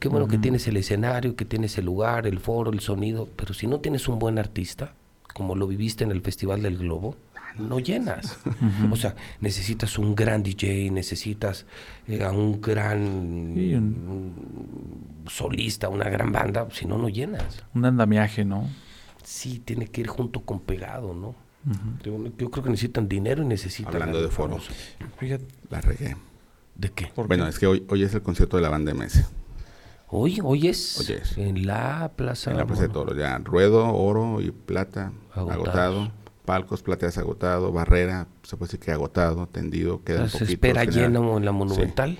S1: qué bueno que tienes el escenario, que tienes el lugar, el foro, el sonido, pero si no tienes un buen artista, como lo viviste en el Festival del Globo, no llenas. O sea, necesitas un gran DJ, necesitas eh, a un gran
S2: Sí,
S1: mm, solista, una gran banda, si no, no llenas.
S2: Un andamiaje, ¿no?
S1: Sí, tiene que ir junto con pegado, ¿no? Yo, yo creo que necesitan dinero y necesitan...
S3: Hablando de
S1: foro.
S3: foros.
S2: Fíjate.
S3: La regué.
S1: ¿De qué?
S2: ¿Por
S3: Bueno,
S2: qué?
S3: es que hoy, hoy es el concierto de la banda MS.
S1: Hoy, hoy es,
S3: Hoy es.
S1: en la Plaza...
S3: En la Plaza de Toros, ya ruedo, oro y plata,
S1: Agotados.
S3: agotado. Palcos, plateas agotado, barrera, se puede decir que agotado, tendido, queda
S1: Se
S3: un poquito,
S1: espera
S3: al final.
S1: lleno en la Monumental.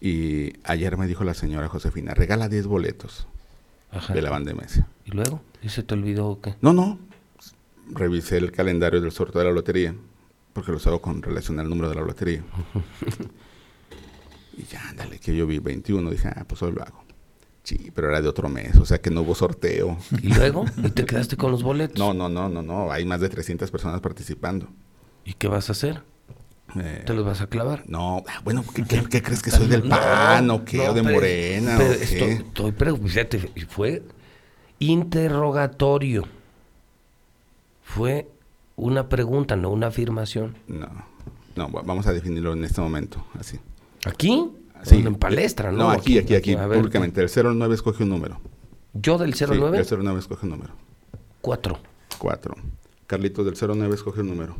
S3: Y ayer me dijo la señora Josefina, regala 10 boletos
S1: Ajá.
S3: de la banda MS.
S1: ¿Y luego? ¿Y se te olvidó o qué?
S3: No, no, revisé el calendario del sorteo de la lotería, porque los hago con relación al número de
S1: <laughs>
S3: la lotería. y ya, ándale, que yo vi 21, dije, ah, pues hoy lo hago. Sí, pero era de otro mes, o sea que no
S1: <laughs>
S3: hubo sorteo.
S1: ¿Y luego? ¿Y te quedaste con los boletos?
S3: <laughs> No, no, no, no, no, hay más de 300 personas participando.
S1: ¿Y qué vas a hacer?
S3: Eh,
S1: ¿Te los vas a clavar?
S3: No, ah, bueno, ¿qué, qué- qué crees que soy del PAN o qué?
S1: no,
S3: ¿O de
S1: pero-
S3: Morena
S1: pero
S3: o qué?
S1: Estoy, estoy pre- fíjate, y fue interrogatorio. Fue una pregunta, no una afirmación.
S3: No, no, va- vamos a definirlo en este momento, así.
S1: ¿Aquí?
S3: Así.
S1: Bueno, En palestra, ¿no?
S3: No, aquí, aquí, aquí,
S1: A ver,
S3: públicamente. El 09 escoge un número.
S1: Yo del
S3: Sí,
S1: 09,
S3: el 09 escoge un número.
S1: 4.
S3: Cuatro. Carlitos del 09 escoge un número.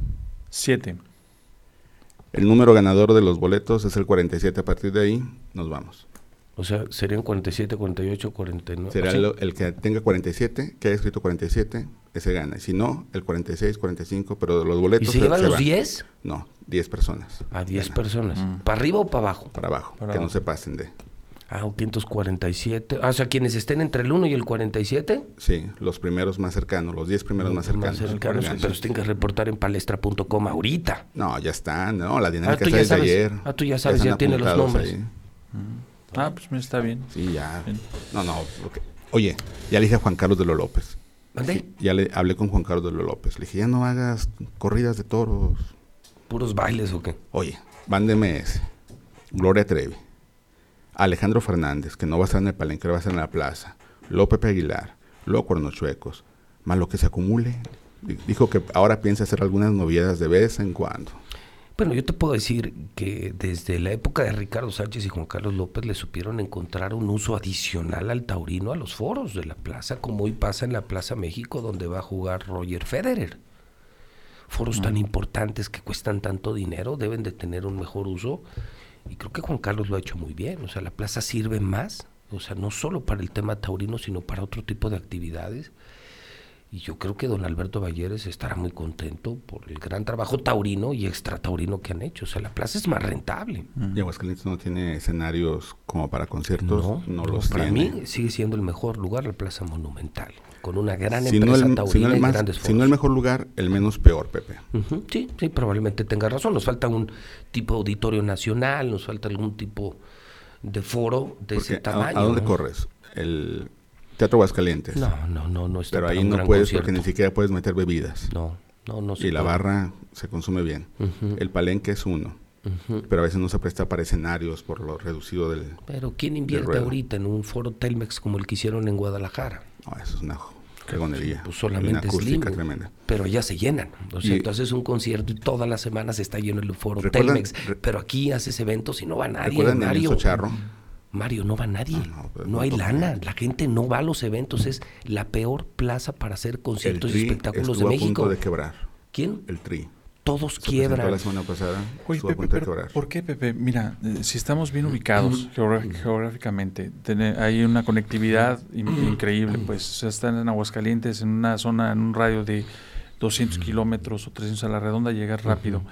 S2: Siete.
S3: El número ganador de los boletos es el 47. A partir de ahí, nos vamos.
S1: O sea, serían 47, 48, 49.
S3: Será
S1: Ah, ¿Sí?
S3: lo- el que tenga 47, que haya escrito 47, ese gana. Y si no, el 46, 45, pero los
S1: ¿Y
S3: boletos...
S1: se llevan los
S3: van.
S1: 10?
S3: No, 10 personas.
S1: A 10
S3: Gana.
S1: personas.
S2: Mm.
S1: ¿Para arriba o para abajo?
S3: Para abajo,
S2: Para
S3: que no
S2: abajo.
S3: se pasen de...
S1: Ah, 547. Ah, o sea, quienes estén entre el 1 y el 47,
S3: Sí, los primeros más cercanos, los 10 primeros más
S1: más
S3: cercanos.
S1: cercanos,
S3: Ganan.
S1: pero se tienen que reportar en palestra.com ahorita.
S3: No, ya están, no, la
S1: Ah,
S3: dinámica
S1: tú ya
S3: está
S1: sabes.
S3: desde ayer.
S1: Ah, tú ya sabes, ya,
S3: están
S1: tiene los
S3: apuntados
S1: nombres.
S3: ahí.
S2: Ah, pues mira, está bien.
S3: Sí, ya.
S2: Bien.
S3: No, no. porque- Oye, ya le dije a Juan Carlos de los López.
S1: ¿Mande?
S3: Ya le hablé con Juan Carlos de los López. Le dije, ya no hagas corridas de toros.
S1: ¿Puros bailes o qué?
S3: Oye, Van de MS, Gloria Trevi, Alejandro Fernández, que no va a estar en el palenque, va a estar en la plaza, López Aguilar, Lo Cuernos Chuecos, más lo que se acumule. Di- Dijo que ahora piensa hacer algunas novedades de vez en cuando.
S1: Bueno, yo te puedo decir que desde la época de Ricardo Sánchez y Juan Carlos López le supieron encontrar un uso adicional al taurino a los foros de la plaza, como hoy pasa en la Plaza México, donde va a jugar Roger Federer. Foros tan importantes que cuestan tanto dinero deben de tener un mejor uso. Y creo que Juan Carlos lo ha hecho muy bien. O sea, la plaza sirve más, o sea, no solo para el tema taurino, sino para otro tipo de actividades. Y yo creo que don Alberto Valleres estará muy contento por el gran trabajo taurino y extrataurino que han hecho. O sea, la plaza es más rentable.
S3: Y Aguascalientes no tiene escenarios como para conciertos. No, los
S1: para
S3: tiene.
S1: mí sigue siendo el mejor lugar la plaza monumental, con una gran
S3: Si no,
S1: empresa
S3: el, si,
S1: taurina
S3: no el
S1: y
S3: más-
S1: grandes
S3: si no el
S1: foros.
S3: mejor lugar, el menos peor, Pepe.
S1: Ujú, Sí, sí, probablemente tenga razón. Nos falta un tipo de auditorio nacional, nos falta algún tipo de foro de
S3: Porque
S1: ese
S3: ¿a- ¿a,
S1: tamaño.
S3: dónde
S1: ¿no?
S3: corres? El Teatro Aguascalientes.
S1: No, no, no, no está
S3: Pero
S1: para
S3: ahí
S1: un
S3: no
S1: gran
S3: puedes porque
S1: concierto.
S3: ni siquiera puedes meter bebidas.
S1: No, no, no. se
S3: y la
S1: puede.
S3: barra se consume bien.
S1: Ujú.
S3: El palenque es uno.
S1: Ujú.
S3: Pero a veces no se presta para escenarios por lo reducido del...
S1: Pero ¿quién invierte
S3: ruedo.
S1: ahorita en un foro Telmex como el que hicieron en Guadalajara?
S3: No, eso es una pregonería.
S1: Pues
S3: una
S1: solamente es
S3: acústica
S1: Slim,
S3: tremenda.
S1: Pero ya se llenan. O sea,
S3: Y-
S1: entonces es un concierto y todas las semanas está lleno el foro
S3: ¿Recuerdan-
S1: Telmex.
S3: re-
S1: Pero aquí haces eventos y no va nadie.
S3: ¿Recuerdan a
S1: Mario,
S3: Enzo Charro?
S1: Mario, no va nadie.
S3: No,
S1: No,
S3: no, pues,
S1: hay
S3: no,
S1: lana. La gente no va a los eventos. Es la peor plaza para hacer
S3: El
S1: conciertos y
S3: Tri
S1: espectáculos de
S3: estuvo a punto
S1: México.
S3: de quebrar.
S1: ¿Quién?
S3: El Tri.
S1: Todos
S3: Se presentó
S1: quiebran.
S3: la semana pasada.
S2: Oye,
S3: estuvo a
S2: Pepe,
S3: punto de
S2: pero
S3: quebrar.
S2: ¿por qué, Pepe? Mira, eh, si estamos bien ubicados geogra- geográficamente, tene- hay una conectividad in- increíble, pues o sea, están en Aguascalientes, en una zona, en un radio de 200 kilómetros o 300 a la redonda, llegas rápido.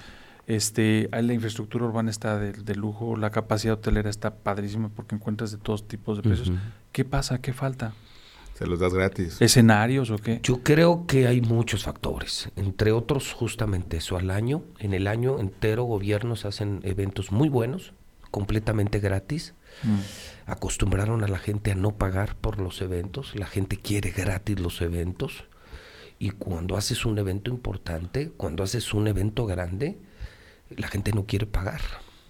S2: Este, ahí la infraestructura urbana está de, de lujo, la capacidad hotelera está padrísima porque encuentras de todos tipos de precios.
S1: Ujú.
S2: ¿Qué pasa? ¿Qué falta?
S3: Se los das gratis.
S2: ¿Escenarios o qué?
S1: Yo creo que hay muchos factores, entre otros justamente eso, al año, en el año entero gobiernos hacen eventos muy buenos, completamente gratis,
S2: Mm.
S1: acostumbraron a la gente a no pagar por los eventos, la gente quiere gratis los eventos y cuando haces un evento importante, cuando haces un evento grande, la gente no quiere pagar.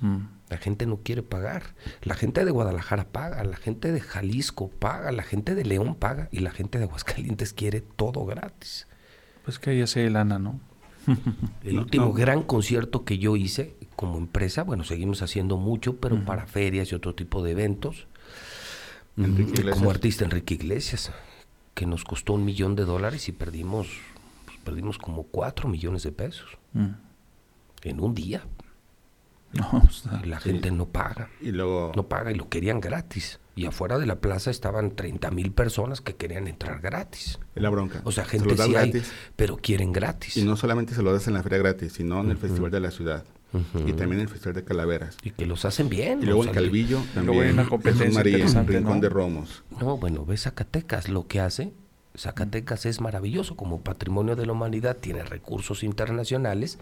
S2: Mm.
S1: La gente no quiere pagar. La gente de Guadalajara paga, la gente de Jalisco paga, la gente de León paga y la gente de Aguascalientes quiere todo gratis.
S2: Pues que ahí hace lana, ¿no?
S1: El
S3: No,
S1: último
S3: no.
S1: gran concierto que yo hice como empresa, bueno, seguimos haciendo mucho, pero para ferias y otro tipo de eventos,
S3: Enrique
S1: mm, como
S3: Iglesias.
S1: artista Enrique Iglesias, que nos costó un millón de dólares y perdimos, pues, perdimos como cuatro millones de pesos
S2: Mm. <laughs>
S1: en un día.
S2: No, pues, o
S3: Ah,
S2: sea,
S1: La gente no paga,
S3: Y luego,
S1: no paga y lo querían gratis. Y afuera de la plaza estaban 30 mil personas que querían entrar gratis.
S3: es la bronca.
S1: O sea,
S3: Se
S1: gente
S3: los dan
S1: sí hay,
S3: gratis.
S1: pero quieren gratis.
S3: Y no solamente se lo das en la feria gratis, sino en el Festival de la Ciudad. Y también en el Festival de Calaveras.
S1: Y que los hacen bien.
S3: Y luego
S1: o sea,
S3: en Calvillo
S2: luego
S3: también.
S2: hay una
S3: en
S2: competencia
S3: San María, en
S2: interesante,
S3: Rincón
S2: ¿no?
S3: de Romos.
S1: No, bueno, ve Zacatecas, lo que hace. Zacatecas es maravilloso como patrimonio de la humanidad, tiene recursos internacionales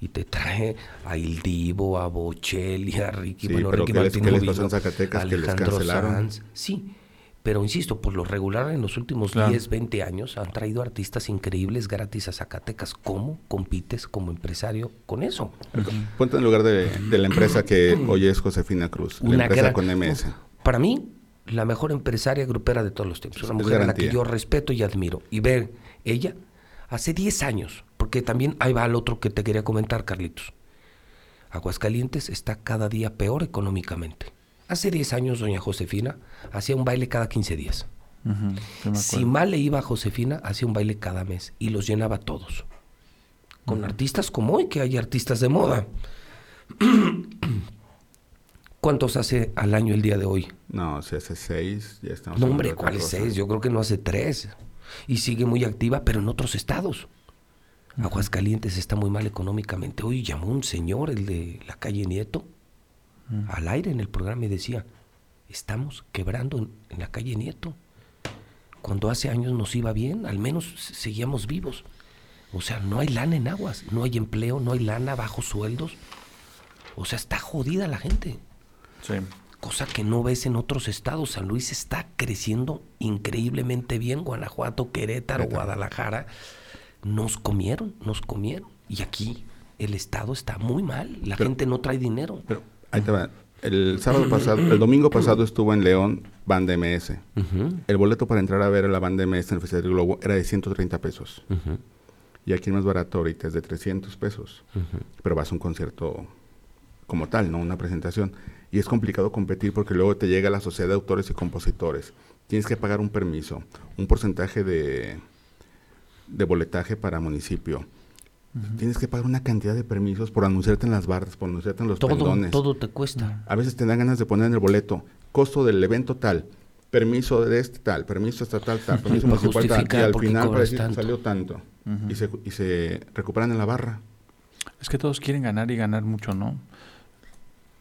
S1: y te trae a Il Divo, a Bocelli, a Ricky,
S3: Sí, pero
S1: Ricky
S3: ¿qué les-
S1: Martin
S3: qué les
S1: no
S3: pasó en
S1: vino,
S3: Zacatecas que les
S1: Alejandro
S3: cancelaron?
S1: Sanz. Sí, pero insisto, por lo regular en los últimos
S2: Claro.
S1: 10, 20 años han traído artistas increíbles gratis a Zacatecas. ¿Cómo compites como empresario con eso?
S3: Ponte en lugar de, de la empresa que hoy es Josefina Cruz, la empresa
S1: gran-
S3: con MS.
S1: Para mí, la mejor empresaria grupera de todos los tiempos. Una
S3: Es
S1: mujer a la que
S3: garantía.
S1: yo respeto y admiro. Y ver ella hace 10 años, porque también ahí va el otro que te quería comentar, Carlitos. Aguascalientes está cada día peor económicamente. Hace 10 años, doña Josefina hacía un baile cada 15 días.
S2: Ujú, yo me
S1: Si
S2: acuerdo.
S1: mal le iba a Josefina, hacía un baile cada mes y los llenaba a todos. Con artistas como hoy, que hay artistas de moda. <clears throat> ¿Cuántos hace al año el día de hoy?
S3: No, si hace seis, ya estamos.
S1: No,
S3: hablando de
S1: hombre,
S3: otra
S1: ¿cuál es
S3: cosa.
S1: seis? Yo creo que no hace tres. Y sigue muy activa, pero en otros estados. Aguascalientes está muy mal económicamente. Hoy llamó un señor, el de la calle Nieto, al aire en el programa y decía, estamos quebrando en, en la calle Nieto. Cuando hace años nos iba bien, al menos se- seguíamos vivos. O sea, no hay lana en aguas, no hay empleo, no hay lana, bajos sueldos. O sea, está jodida la gente
S2: Sí.
S1: cosa que no ves en otros estados. San Luis está creciendo increíblemente bien, Guanajuato, Querétaro, Guadalajara. Nos comieron, nos comieron. Y aquí el estado está muy mal, la
S3: Pero-
S1: gente no trae dinero.
S3: Pero ahí te va. El sábado pasado, el domingo pasado estuvo en León Banda MS.
S1: Ujú,
S3: El boleto para entrar a ver a la Banda MS en el Festival del Globo era de 130 pesos.
S1: ujú,
S3: Y aquí el más barato ahorita es de 300 pesos.
S1: ujú.
S3: Pero vas a un concierto como tal, ¿no? Una presentación. Y es complicado competir porque luego te llega la sociedad de autores y compositores. Tienes que pagar un permiso, un porcentaje de, de boletaje para municipio. Tienes que pagar una cantidad de permisos por anunciarte en las barras, por anunciarte en los
S1: Todo,
S3: pendones. Mm.
S1: todo te cuesta.
S3: A veces te dan ganas de poner en el boleto costo del evento tal, permiso de este tal, permiso estatal
S1: <laughs>
S3: tal, permiso
S1: Para
S3: municipal tal, y
S1: justificar
S3: al
S1: por qué
S3: final para
S1: cobras
S3: decir
S1: tanto.
S3: salió tanto. y, se, y se recuperan en la barra.
S2: Es que todos quieren ganar y ganar mucho, ¿no?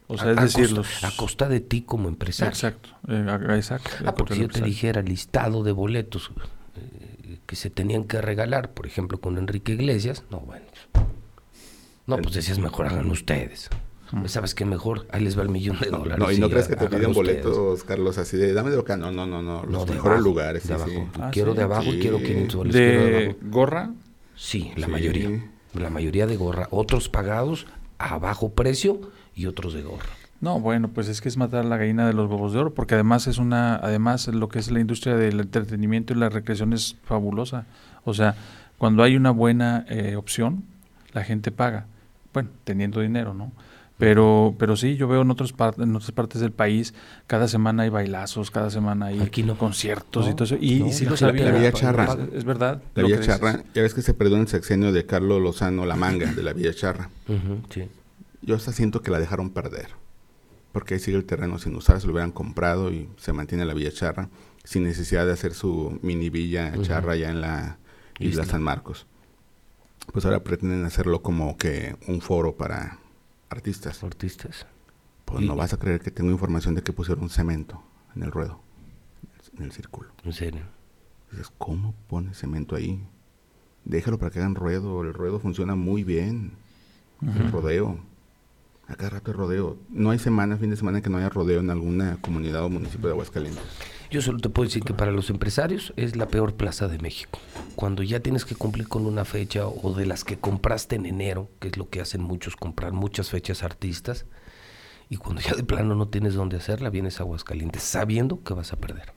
S2: O sea,
S1: A-
S2: es
S1: a
S2: decir,
S1: costa-
S2: los...
S1: a costa de ti como empresario.
S2: Exacto. eh, a- exacto.
S1: Ah, porque si yo te
S2: Exacto.
S1: dijera listado de boletos eh, que se tenían que regalar, por ejemplo, con Enrique Iglesias, no, bueno. No, pues decías, mejor hagan ustedes. Pues, ¿Sabes qué? Mejor, ahí les va el millón de dólares.
S3: Hmm. No, y no
S1: ya,
S3: crees que te
S1: hagan
S3: piden
S1: ustedes.
S3: boletos, Carlos, así de dame de acá. No, no, no, no.
S1: No,
S3: Los
S1: de
S3: mejores
S1: abajo,
S3: lugares.
S1: de
S3: sí, sí.
S1: abajo.
S2: Ah,
S1: quiero
S2: sí.
S1: de abajo
S3: Sí.
S1: y quiero 500 boletos. quiero de
S2: De
S1: abajo.
S2: gorra,
S1: Sí, la
S3: Sí.
S1: mayoría. La mayoría de gorra. Otros pagados a bajo precio y otros de gorra.
S2: No, bueno, pues es que es matar la gallina de los huevos de oro, porque además es una, además lo que es la industria del entretenimiento y la recreación es fabulosa. O sea, cuando hay una buena eh, opción, la gente paga. Bueno, teniendo dinero, ¿no? Pero, pero sí, yo veo en otras par- en otras partes del país, cada semana hay bailazos, cada semana hay
S1: Aquí no.
S2: conciertos y
S1: No,
S2: todo eso. Y,
S1: no,
S2: y sí
S1: la
S2: los
S1: gente
S2: había.
S3: La Villa Charra.
S2: Es verdad.
S3: La
S2: lo
S3: Villa
S2: que dices.
S3: Charra, ya ves que se perdió en el sexenio de Carlos Lozano, la manga de la Villa Charra.
S1: Ujú, sí.
S3: Yo hasta siento que la dejaron perder. Porque ahí sigue el terreno sin usar, se lo hubieran comprado y se mantiene la Villa Charra sin necesidad de hacer su mini Villa Charra allá en la isla,
S1: Isla.
S3: San Marcos. Pues ahora pretenden hacerlo como que un foro para artistas.
S1: Artistas.
S3: Pues
S1: Y-
S3: no vas a creer que tengo información de que pusieron cemento en el ruedo, en el círculo.
S1: En serio.
S3: Dices, Pues ¿cómo pone cemento ahí? Déjalo para que hagan ruedo. El ruedo funciona muy bien. El rodeo. A cada rato hay rodeo. No hay semana, fin de semana que no haya rodeo en alguna comunidad o municipio de Aguascalientes.
S1: Yo solo te puedo decir que para los empresarios es la peor plaza de México. Cuando ya tienes que cumplir con una fecha o de las que compraste en enero, que es lo que hacen muchos, comprar muchas fechas artistas, Y cuando ya de plano no tienes dónde hacerla, vienes a Aguascalientes sabiendo que vas a perder.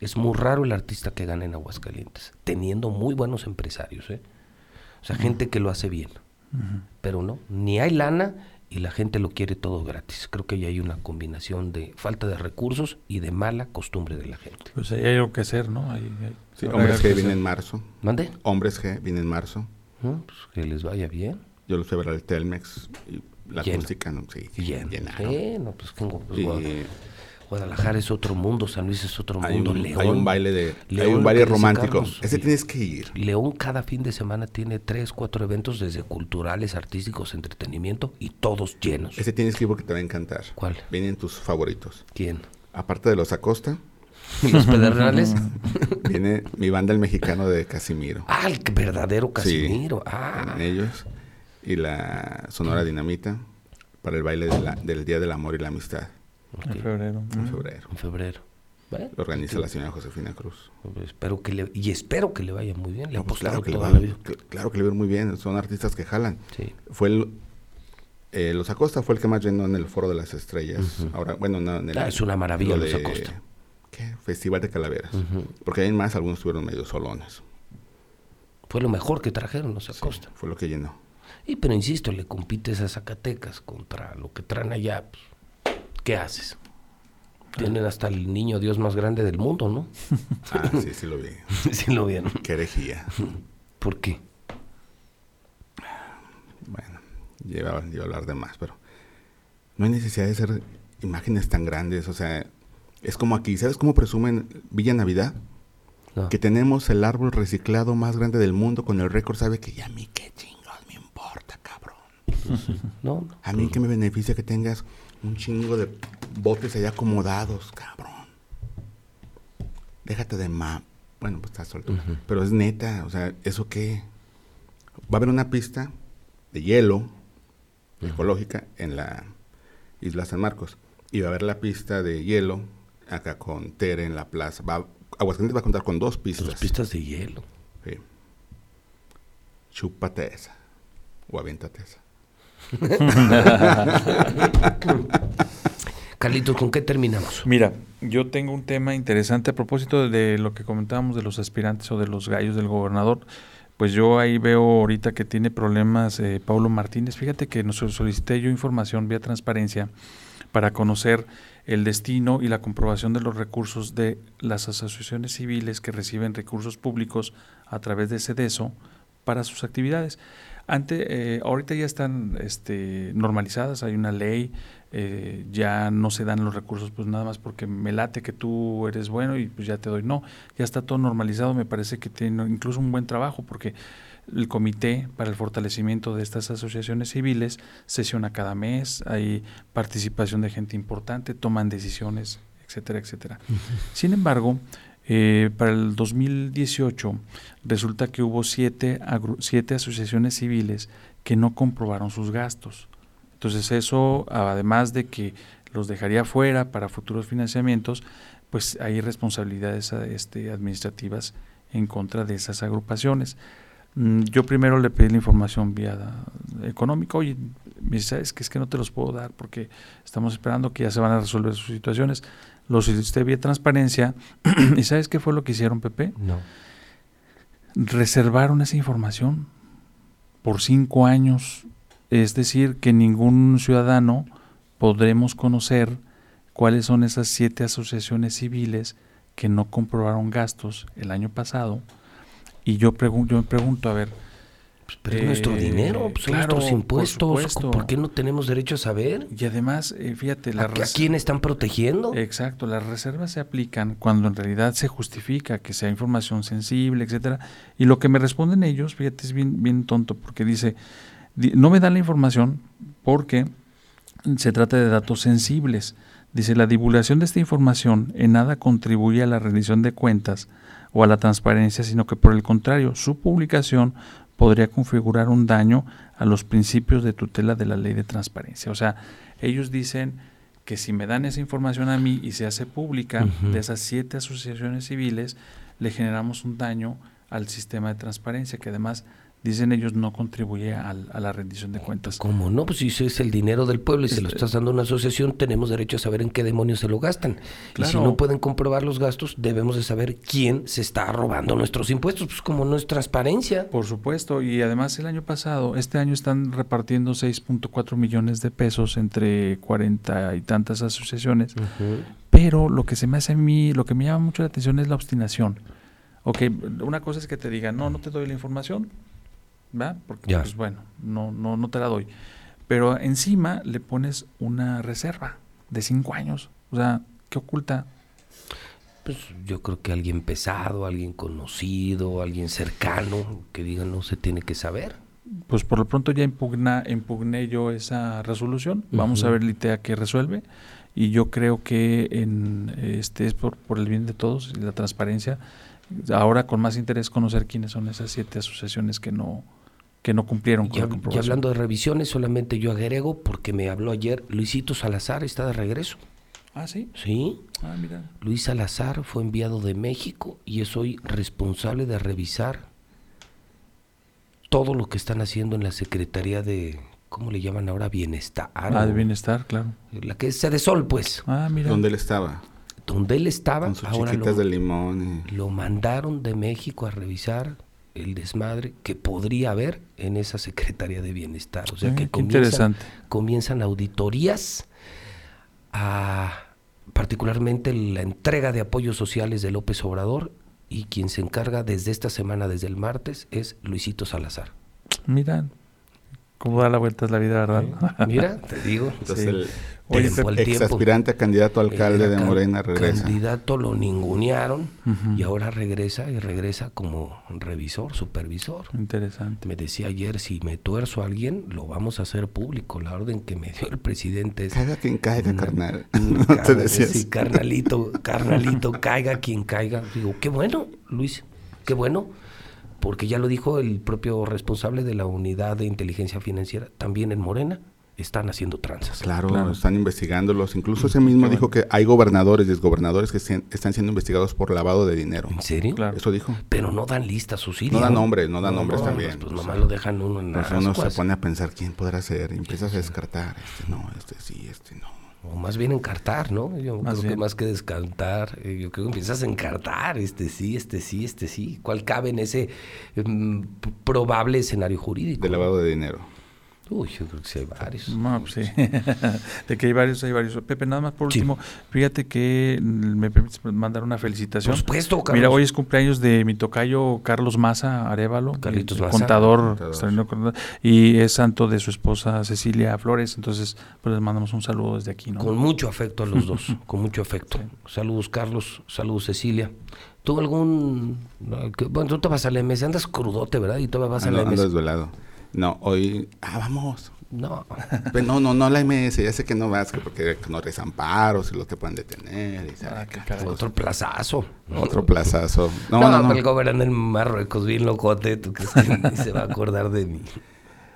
S1: Es muy raro el artista que gana en Aguascalientes, teniendo muy buenos empresarios. ¿eh? O sea, gente que lo hace bien. Pero no, ni hay lana y la gente lo quiere todo gratis. Creo que ya hay una combinación de falta de recursos y de mala costumbre de la gente.
S2: Pues ahí hay algo que hacer, ¿no? Ahí- ahí-
S3: Sí,
S2: habrá
S3: hombres
S2: algo que
S1: pues,
S3: G
S2: hacer.
S1: eh.
S3: viene en marzo.
S1: ¿Mande?
S3: Hombres G viene en marzo.
S1: Mm, pues que les vaya bien.
S3: Yo los fui a ver al Telmex y la
S1: Lleno.
S3: música no sí,
S1: Bien.
S3: llenaron.
S1: Sí, no, pues, tengo, pues,
S3: Y
S1: Guada- Guadalajara es otro mundo, San Luis es otro
S3: hay,
S1: mundo,
S3: un,
S1: León.
S3: hay un baile de
S1: León,
S3: hay
S1: lo
S3: un
S1: que
S3: baile
S1: dice
S3: romántico.
S1: Carlos.
S3: Ese tienes que ir.
S1: León cada fin de semana tiene tres, cuatro eventos desde culturales, artísticos, entretenimiento y todos llenos.
S3: Ese tienes que ir porque te va a encantar.
S1: ¿Cuál?
S3: Vienen tus favoritos. <laughs>
S1: ¿Quién?
S3: Aparte de los Acosta,
S1: ¿Los Pedernales?
S3: viene mi banda el mexicano de Casimiro.
S1: ah, el verdadero
S3: Sí,
S1: Casimiro. ah,
S3: en ellos y la Sonora Dinamita para el baile de la- del Día del Amor y la Amistad
S1: ok,
S2: En febrero.
S3: en
S2: Mm.
S3: febrero.
S1: en febrero. Bueno, pues,
S3: Lo organiza la señora Josefina Cruz.
S1: espero que le, y espero que le vaya muy bien. Le he
S3: No, pues
S1: apostado
S3: claro, que le
S1: toda
S3: va,
S1: la vida.
S3: cl- claro que le va a ir muy bien, son artistas que jalan.
S1: Sí.
S3: Fue el eh, Los Acosta fue el que más llenó en el Foro de las Estrellas. Ahora, bueno, no, en el-
S1: Ah, es una maravilla
S3: lo
S1: Los
S3: de-
S1: Acosta.
S3: ¿Qué? Festival de Calaveras.
S1: Ujú.
S3: Porque hay más, algunos tuvieron medio solones.
S1: Fue lo mejor que trajeron los
S3: Sí,
S1: Acosta.
S3: fue lo que llenó.
S1: Y pero insisto, le compites a Zacatecas contra lo que traen allá. pues, ¿Qué haces? Tienen hasta el niño Dios más grande del mundo, <laughs> ¿no?
S3: Ah, sí, sí lo vi.
S1: si lo vieron.
S3: Qué herejía.
S1: ¿Por qué?
S3: Bueno, lleva, iba a hablar de más, pero no hay necesidad de ser imágenes tan grandes. O sea, es como aquí. ¿Sabes cómo presumen Villa Navidad?
S1: No.
S3: Que tenemos el árbol reciclado más grande del mundo con el récord. ¿Sabe que ya a mí qué chingos me importa, cabrón?
S1: No, no.
S3: A mí que me beneficia que tengas un chingo de botes ahí acomodados, cabrón. Déjate de ma... Bueno, pues estás solto. Pero es neta, o sea, ¿eso qué? Va a haber una pista de hielo ecológica en la Isla San Marcos. Y va a haber la pista de hielo acá con Tere en la plaza. Va, Aguascalientes va a contar con dos pistas.
S1: Las pistas de hielo.
S3: Sí. Chúpate esa. O aviéntate esa.
S1: Carlitos, ¿con qué terminamos?
S2: Mira, yo tengo un tema interesante a propósito de lo que comentábamos de los aspirantes o de los gallos del gobernador. Pues yo ahí veo ahorita que tiene problemas eh, Pablo Martínez. Fíjate que nos solicité yo información vía transparencia para conocer el destino y la comprobación de los recursos de las asociaciones civiles que reciben recursos públicos a través de SEDESO para sus actividades. Ante, eh, ahorita ya están este, normalizadas, hay una ley, eh, ya no se dan los recursos, pues nada más porque me late que tú eres bueno y pues ya te doy. No, ya está todo normalizado, me parece que tiene incluso un buen trabajo porque el comité para el fortalecimiento de estas asociaciones civiles sesiona cada mes, hay participación de gente importante, toman decisiones, etcétera, etcétera. Sin embargo, eh, para el 2018 resulta que hubo siete, agru- siete asociaciones civiles que no comprobaron sus gastos. Entonces eso, además de que los dejaría fuera para futuros financiamientos, pues hay responsabilidades a- este, administrativas en contra de esas agrupaciones. Mm, Yo primero le pedí la información vía da- económica, oye, me dice, "¿Sabes qué? es que no te los puedo dar porque estamos esperando que ya se van a resolver sus situaciones. Los solicité vía transparencia <clears throat> y ¿sabes qué fue lo que hicieron, Pepe?
S1: No.
S2: reservaron esa información por cinco años. Es decir, que ningún ciudadano podremos conocer cuáles son esas siete asociaciones civiles que no comprobaron gastos el año pasado. Y yo, pregun- yo me pregunto, a ver,
S1: Pues, pero es nuestro
S2: Eh,
S1: dinero, pues, son
S2: claro,
S1: nuestros
S2: por
S1: impuestos.
S2: supuesto.
S1: ¿Por qué no tenemos derecho a saber?
S2: y además, eh, fíjate,
S1: ¿A,
S2: la
S1: qué- a
S2: res-
S1: quién están protegiendo?
S2: Exacto, las reservas se aplican cuando en realidad se justifica que sea información sensible, etcétera. Y lo que me responden ellos, fíjate, es bien, bien tonto, porque dice, di- no me dan la información porque se trata de datos sensibles. Dice, la divulgación de esta información en nada contribuye a la rendición de cuentas o a la transparencia, sino que por el contrario, su publicación podría configurar un daño a los principios de tutela de la ley de transparencia. O sea, ellos dicen que si me dan esa información a mí y se hace pública
S1: Ujú.
S2: de esas siete asociaciones civiles, le generamos un daño al sistema de transparencia, que además dicen ellos, no contribuye al- a la rendición de cuentas.
S1: ¿Cómo no? Pues si eso es el dinero del pueblo y se lo
S2: Este-
S1: estás dando a una asociación, tenemos derecho a saber en qué demonios se lo gastan. Y si
S2: Claro.
S1: no pueden comprobar los gastos, debemos de saber quién se está robando nuestros impuestos. Pues como no es transparencia.
S2: Por supuesto, y además el año pasado, este año están repartiendo 6.4 millones de pesos entre 40 y tantas asociaciones, pero lo que se me hace a mí, lo que me llama mucho la atención es la obstinación. Ok, una cosa es que te digan, no, no te doy la información, ¿va? Porque
S1: Ya.
S2: pues bueno, no, no, no te la doy. Pero encima le pones una reserva de 5 años, o sea, ¿qué oculta?
S1: Pues yo creo que alguien pesado, alguien conocido, alguien cercano, que diga no se tiene que saber.
S2: pues por lo pronto ya impugna, impugné yo esa resolución. Vamos a
S1: Ujú.
S2: ver la ITEA que resuelve. Y yo creo que en, este es por, por el bien de todos y la transparencia. Ahora con más interés conocer quiénes son esas siete asociaciones que no, que no cumplieron con
S1: Y,
S2: la
S1: hab- y
S2: comprobación.
S1: hablando de revisiones, solamente yo agrego, porque me habló ayer Luisito Salazar, está de regreso.
S2: Ah, sí.
S1: Sí,
S2: Ah, mira.
S1: Luis Salazar fue enviado de México y es hoy responsable de revisar todo lo que están haciendo en la Secretaría de, ¿cómo le llaman ahora? Bienestar.
S2: Ah, de bienestar, claro.
S1: La que es de Sol, pues.
S2: Ah, mira.
S3: ¿Dónde él estaba?
S1: Donde él estaba,
S2: Ah,
S3: Con sus
S1: ahora lo,
S3: chiquitas de limón. y-
S1: lo mandaron de México a revisar el desmadre que podría haber en esa Secretaría de Bienestar. O sea
S2: Eh,
S1: que
S2: qué
S1: comienzan-
S2: interesante.
S1: comienzan auditorías a particularmente la entrega de apoyos sociales de López Obrador y quien se encarga desde esta semana, desde el martes, es Luisito Salazar.
S2: Mira. Cómo da la vuelta es la vida, ¿verdad?
S1: Mira, te digo. eh,
S3: Entonces
S2: Sí.
S3: el
S2: Oye,
S3: ex,
S1: Tiempo al tiempo.
S3: aspirante a candidato a alcalde
S1: Era
S3: de
S1: can-
S3: Morena regresa.
S1: Candidato lo ningunearon
S2: Ujú.
S1: y ahora regresa y regresa como revisor, supervisor.
S2: <laughs> Interesante.
S1: Me decía ayer, si me tuerzo a alguien, lo vamos a hacer público. La orden que me dio el presidente es...
S3: Caiga quien caiga,
S2: <laughs>
S3: carnal.
S1: Mm,
S3: <laughs> No te
S1: cabrón,
S3: decías.
S1: sí, carnalito, carnalito, caiga quien caiga. Digo, qué bueno, Luis, qué bueno, porque ya lo dijo el propio responsable de la unidad de inteligencia financiera, también en Morena, están haciendo tranzas.
S3: Claro,
S2: Claro. Mm,
S3: están investigándolos. Incluso ese mismo
S2: qué
S3: dijo que hay gobernadores y exgobernadores que sien- están siendo investigados por lavado de dinero.
S1: ¿En serio?
S2: Claro.
S3: Eso dijo.
S1: Pero no dan listas sus
S3: No
S1: ideas.
S3: dan nombres, no dan nombres
S1: pues,
S3: también.
S1: Pues
S3: O
S1: nomás
S3: sea,
S1: lo dejan uno en las
S3: Entonces uno se
S1: ascuas.
S3: pone a pensar quién podrá ser y empiezas a descartar. Este no, este sí, este no.
S1: O más bien encartar, ¿no? Yo
S2: Más
S1: creo que
S2: bien.
S1: más que descartar, eh, yo creo que empiezas a encartar, este sí, este sí, este sí. ¿Cuál cabe en ese mm, p- probable escenario jurídico?
S3: De lavado de dinero.
S1: Uy, yo creo que sí hay varios.
S2: No, pues sí. <laughs> De que hay varios, hay varios. Pepe, nada más por
S1: Sí.
S2: último, fíjate que mm, me permites mandar una felicitación.
S1: Por supuesto, Carlos.
S2: Mira, hoy es cumpleaños de mi tocayo Carlos Maza Arevalo,
S1: Carlitos
S2: el
S1: Maza.
S2: contador,
S3: Contador.
S2: extraordinario contador, y es santo de su esposa Cecilia Flores. Entonces, pues les mandamos un saludo desde aquí, ¿no?
S1: Con mucho afecto a los
S2: <laughs>
S1: dos, con mucho afecto. Saludos, Carlos. Saludos, Cecilia. ¿Tú algún...? no, que- Bueno, tú te vas a la MS. Andas crudote, ¿verdad? Y todavía vas a
S3: Ando,
S1: la
S3: ando
S1: MS.
S3: desvelado. No, hoy. Ah, vamos.
S1: No.
S3: Pues no, no, no la MS, ya sé que no vas, que porque no traes amparos y los que pueden detener. y sabe
S2: Ah, qué
S3: qué.
S2: caray.
S1: Otro plazazo. ¿no?
S3: Otro plazazo. No,
S1: No,
S3: no, no.
S1: pero el gobernador en Marruecos, bien locote. ¿Tú crees que ni se va a acordar de
S3: <laughs>
S1: mí?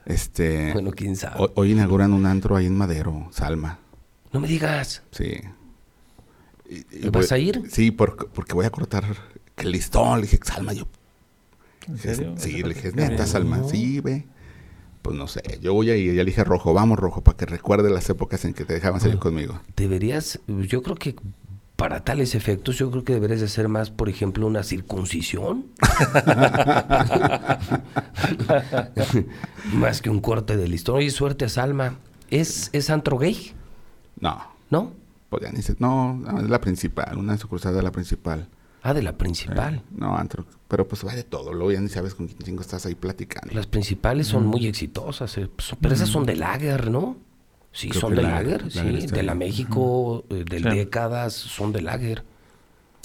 S3: Este,
S1: Bueno, quién sabe.
S3: ho- hoy inauguran un antro ahí en Madero, Salma.
S1: No me digas.
S3: Sí. Y- y
S1: ¿Y vas
S3: voy-
S1: a ir?
S3: Sí, porque, porque voy a cortar que listón. Le dije, Salma, yo.
S2: ¿En
S3: dije,
S2: serio?
S3: Sí, le dije,
S2: Qué
S3: neta,
S2: bien.
S3: Salma, sí, ve. Pues no sé, yo voy a ir. Ya le dije, Rojo, vamos, Rojo, para que recuerde las épocas en que te dejaban
S2: Ah.
S3: salir conmigo.
S1: Deberías... Yo creo que... Para tales efectos, yo creo que deberías de hacer más, por ejemplo, una circuncisión. <laughs> Más que un corte de listón. Oye, suerte a Salma. ¿Es, es antro gay?
S3: No,
S1: ¿No?
S3: pues ya ni se. No, no, es la principal, una sucursal de la principal.
S1: Ah, de la principal.
S3: No, antro. Pero pues va de todo. Luego ya ni sabes con quién chingo estás ahí platicando.
S1: Las principales son
S3: Mm.
S1: muy exitosas. eh, pues, Pero esas son de Lager, ¿no? Sí,
S3: Creo
S1: son
S3: que
S1: de
S3: Lager,
S1: Lager.
S3: Lager
S1: sí,
S3: está
S1: de la
S3: bien.
S1: México, eh, del
S2: Sí.
S1: décadas, son de Lager.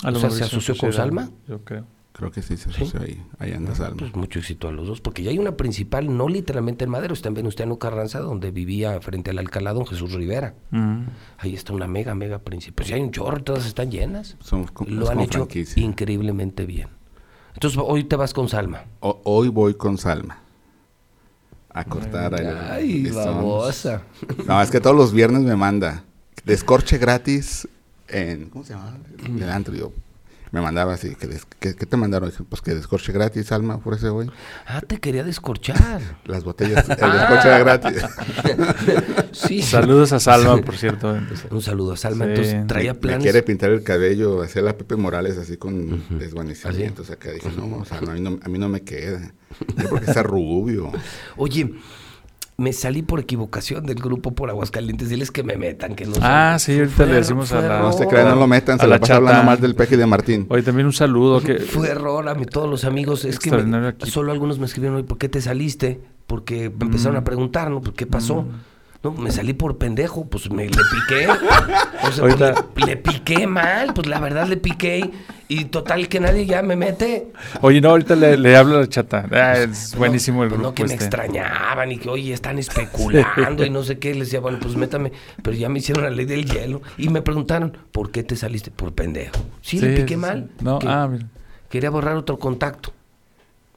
S2: A lo
S1: O sea,
S2: mejor
S1: ¿se
S2: es una
S1: asoció con
S2: sociedad,
S1: Salma?
S2: Yo creo.
S3: Creo que sí se asoció ahí. Ahí anda Salma.
S1: Pues mucho éxito a los dos, porque ya hay una principal, no literalmente en Madero, está en Venustiano Carranza, donde vivía frente al alcalá don Jesús Rivera.
S2: Mm.
S1: Ahí está una mega, mega principal. Pues ya hay un chorro, todas están llenas.
S3: Somos como-
S1: Lo han
S3: como
S1: hecho
S3: franquicia.
S1: increíblemente bien. Entonces hoy te vas con Salma.
S3: O- hoy voy con Salma. A cortar el listón. No, es que todos los viernes me manda. Descorche gratis en. ¿Cómo se llama? El antrio. me mandaba así, que, des- que- que te mandaron, Dije, pues que descorche gratis, Alma, por ese güey.
S1: Ah, te quería descorchar.
S3: <laughs> Las
S1: <laughs>
S3: botellas, el descorche era gratis.
S1: sí.
S2: Saludos a Salva,
S1: <laughs>
S2: por cierto. Entonces,
S1: Un saludo a Salma.
S2: Sí.
S1: Entonces traía
S3: Me
S1: planes.
S3: quiere pintar el cabello, hacer la Pepe Morales así con
S2: ¿Ah,
S1: Ujú.
S3: desvanecimientos acá. Dije, no, o sea, no, a, mí no, a mí no me queda. Yo porque está
S2: <laughs>
S3: rubio.
S1: Oye, me salí por equivocación del grupo por Aguascalientes. Diles que me metan, que no
S2: Ah,
S1: sé.
S2: sí, ahorita le
S1: Fue-
S2: decimos a
S1: fue
S2: la-
S1: error.
S3: No se crean, no lo metan, se
S2: Ah, A
S3: la
S2: la
S3: pasa hablando
S2: chata.
S3: más del peje de Martín.
S2: Oye, también un saludo. Que,
S1: Fue error a mí, todos los amigos. Es que me-
S2: Extraordinario equipo.
S1: solo algunos me escribieron hoy, ¿por qué te saliste? Porque me empezaron
S2: Mm.
S1: a preguntar, ¿no? Pues, ¿Qué pasó? No, me salí por pendejo, pues me le piqué. O sea, pues,
S2: Ahorita-
S1: le, le piqué mal, pues la verdad le piqué y, y total que nadie ya me mete.
S2: Oye, no, ahorita le, le hablo a la chata. Ah, es
S1: No,
S2: buenísimo el
S1: pues,
S2: grupo.
S1: No, que me
S2: este.
S1: extrañaban y que, oye, están especulando y no sé qué. Les decía, bueno, pues métame. Pero ya me hicieron la ley del hielo y me preguntaron, ¿por qué te saliste? Por pendejo. Sí, le
S2: Sí,
S1: piqué
S2: sí,
S1: mal.
S2: sí. No,
S1: que-
S2: ah, mira.
S1: Quería borrar otro contacto.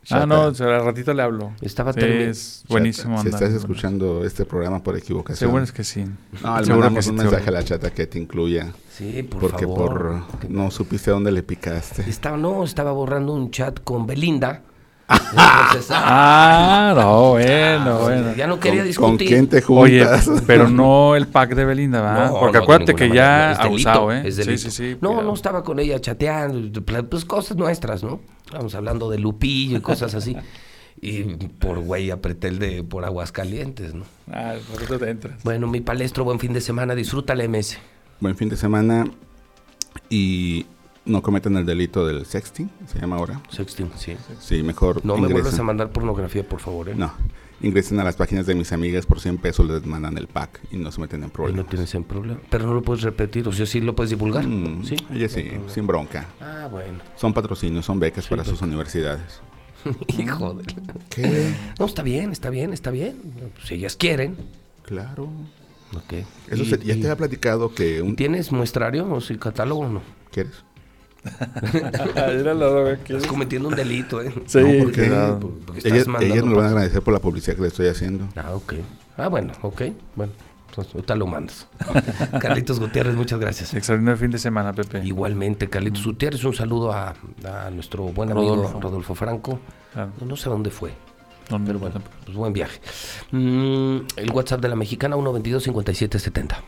S2: Ah,
S3: Chata.
S2: no, o sea, al ratito le hablo.
S1: Estaba
S2: sí,
S1: termi-
S2: es buenísimo.
S3: Si
S2: andar.
S3: estás escuchando este programa por equivocación.
S2: Seguro es que sí.
S3: No, le
S2: Seguro
S3: mandamos
S2: que
S3: un
S2: sí,
S3: mensaje a
S2: seguro.
S3: la chata que te incluya.
S1: Sí, por
S3: porque
S1: favor.
S3: por
S1: Que-
S3: no supiste dónde le picaste.
S1: Estaba, no, estaba borrando un chat con Belinda. Entonces, ah,
S2: Ah, no, bueno, bueno.
S1: Ya no quería
S3: ¿Con,
S1: discutir.
S3: con quién te
S2: Oye,
S3: juntas?
S2: pero no el pack de Belinda, ¿verdad?
S1: No,
S2: Ah, Porque
S1: no, de
S2: acuérdate que
S1: ninguna
S2: ya
S1: manera.
S2: ha
S1: Es delito,
S2: abusado, ¿eh?
S1: es
S2: sí,
S1: delito.
S2: sí, sí.
S1: No,
S2: cuidado.
S1: no estaba con ella chateando, pues cosas nuestras, ¿no? Estábamos hablando de Lupillo y cosas así. Y por güey apreté el de por Aguascalientes, ¿no?
S2: Ah, por eso te entras.
S1: Bueno, mi palestro, buen fin de semana, disfrútale, MS.
S3: <laughs> Buen fin de semana y no cometan el delito del sexting, se llama ahora.
S1: Sexting, sí.
S3: Sí, mejor
S1: No me vuelvas a
S3: ingresen.
S1: mandar pornografía, por favor, ¿eh?
S3: No, ingresen a las páginas de mis amigas por 100 pesos, les mandan el pack y no se meten en
S1: Ahí no
S3: problemas.
S1: tienes en problema. Pero no lo puedes repetir, o sea, sí lo puedes divulgar.
S3: Mm,
S1: Sí.
S3: Oye, sí, sin bronca.
S1: Ah, bueno.
S3: Son patrocinios, son becas para sus universidades.
S2: <laughs>
S1: Hijo de...
S3: ¿Qué?
S1: Mm. No, está bien, está bien, está bien. Si ellas quieren.
S3: Claro.
S1: Ok.
S3: Eso
S1: Y-
S3: se- ya
S1: y-
S3: te había platicado que un...
S1: ¿Tienes muestrario o si catálogo o no?
S3: ¿Quieres?
S2: Era la droga que-
S1: Estás cometiendo un delito, ¿eh?
S2: <laughs> Sí,
S3: no, ¿por qué?
S2: claro.
S1: Por- porque estás
S3: Ellas,
S1: mandando
S3: ellas nos
S1: pa-
S3: van a agradecer por la publicidad que le estoy haciendo.
S1: Ah, ok. Ah, bueno, ok. Bueno, entonces ahorita lo
S2: <laughs>
S1: mandas. Carlitos Gutiérrez, muchas gracias.
S2: Extraordinario fin de semana, Pepe.
S1: Igualmente, Carlitos Gutiérrez, un saludo a, a nuestro buen amigo Rodolfo,
S2: Mm. Rodolfo.
S1: Franco.
S2: Claro.
S1: No, no sé a dónde fue,
S2: No, no,
S1: pero bueno,
S2: tampoco.
S1: pues buen viaje. Mm, el WhatsApp de la mexicana, 122 5770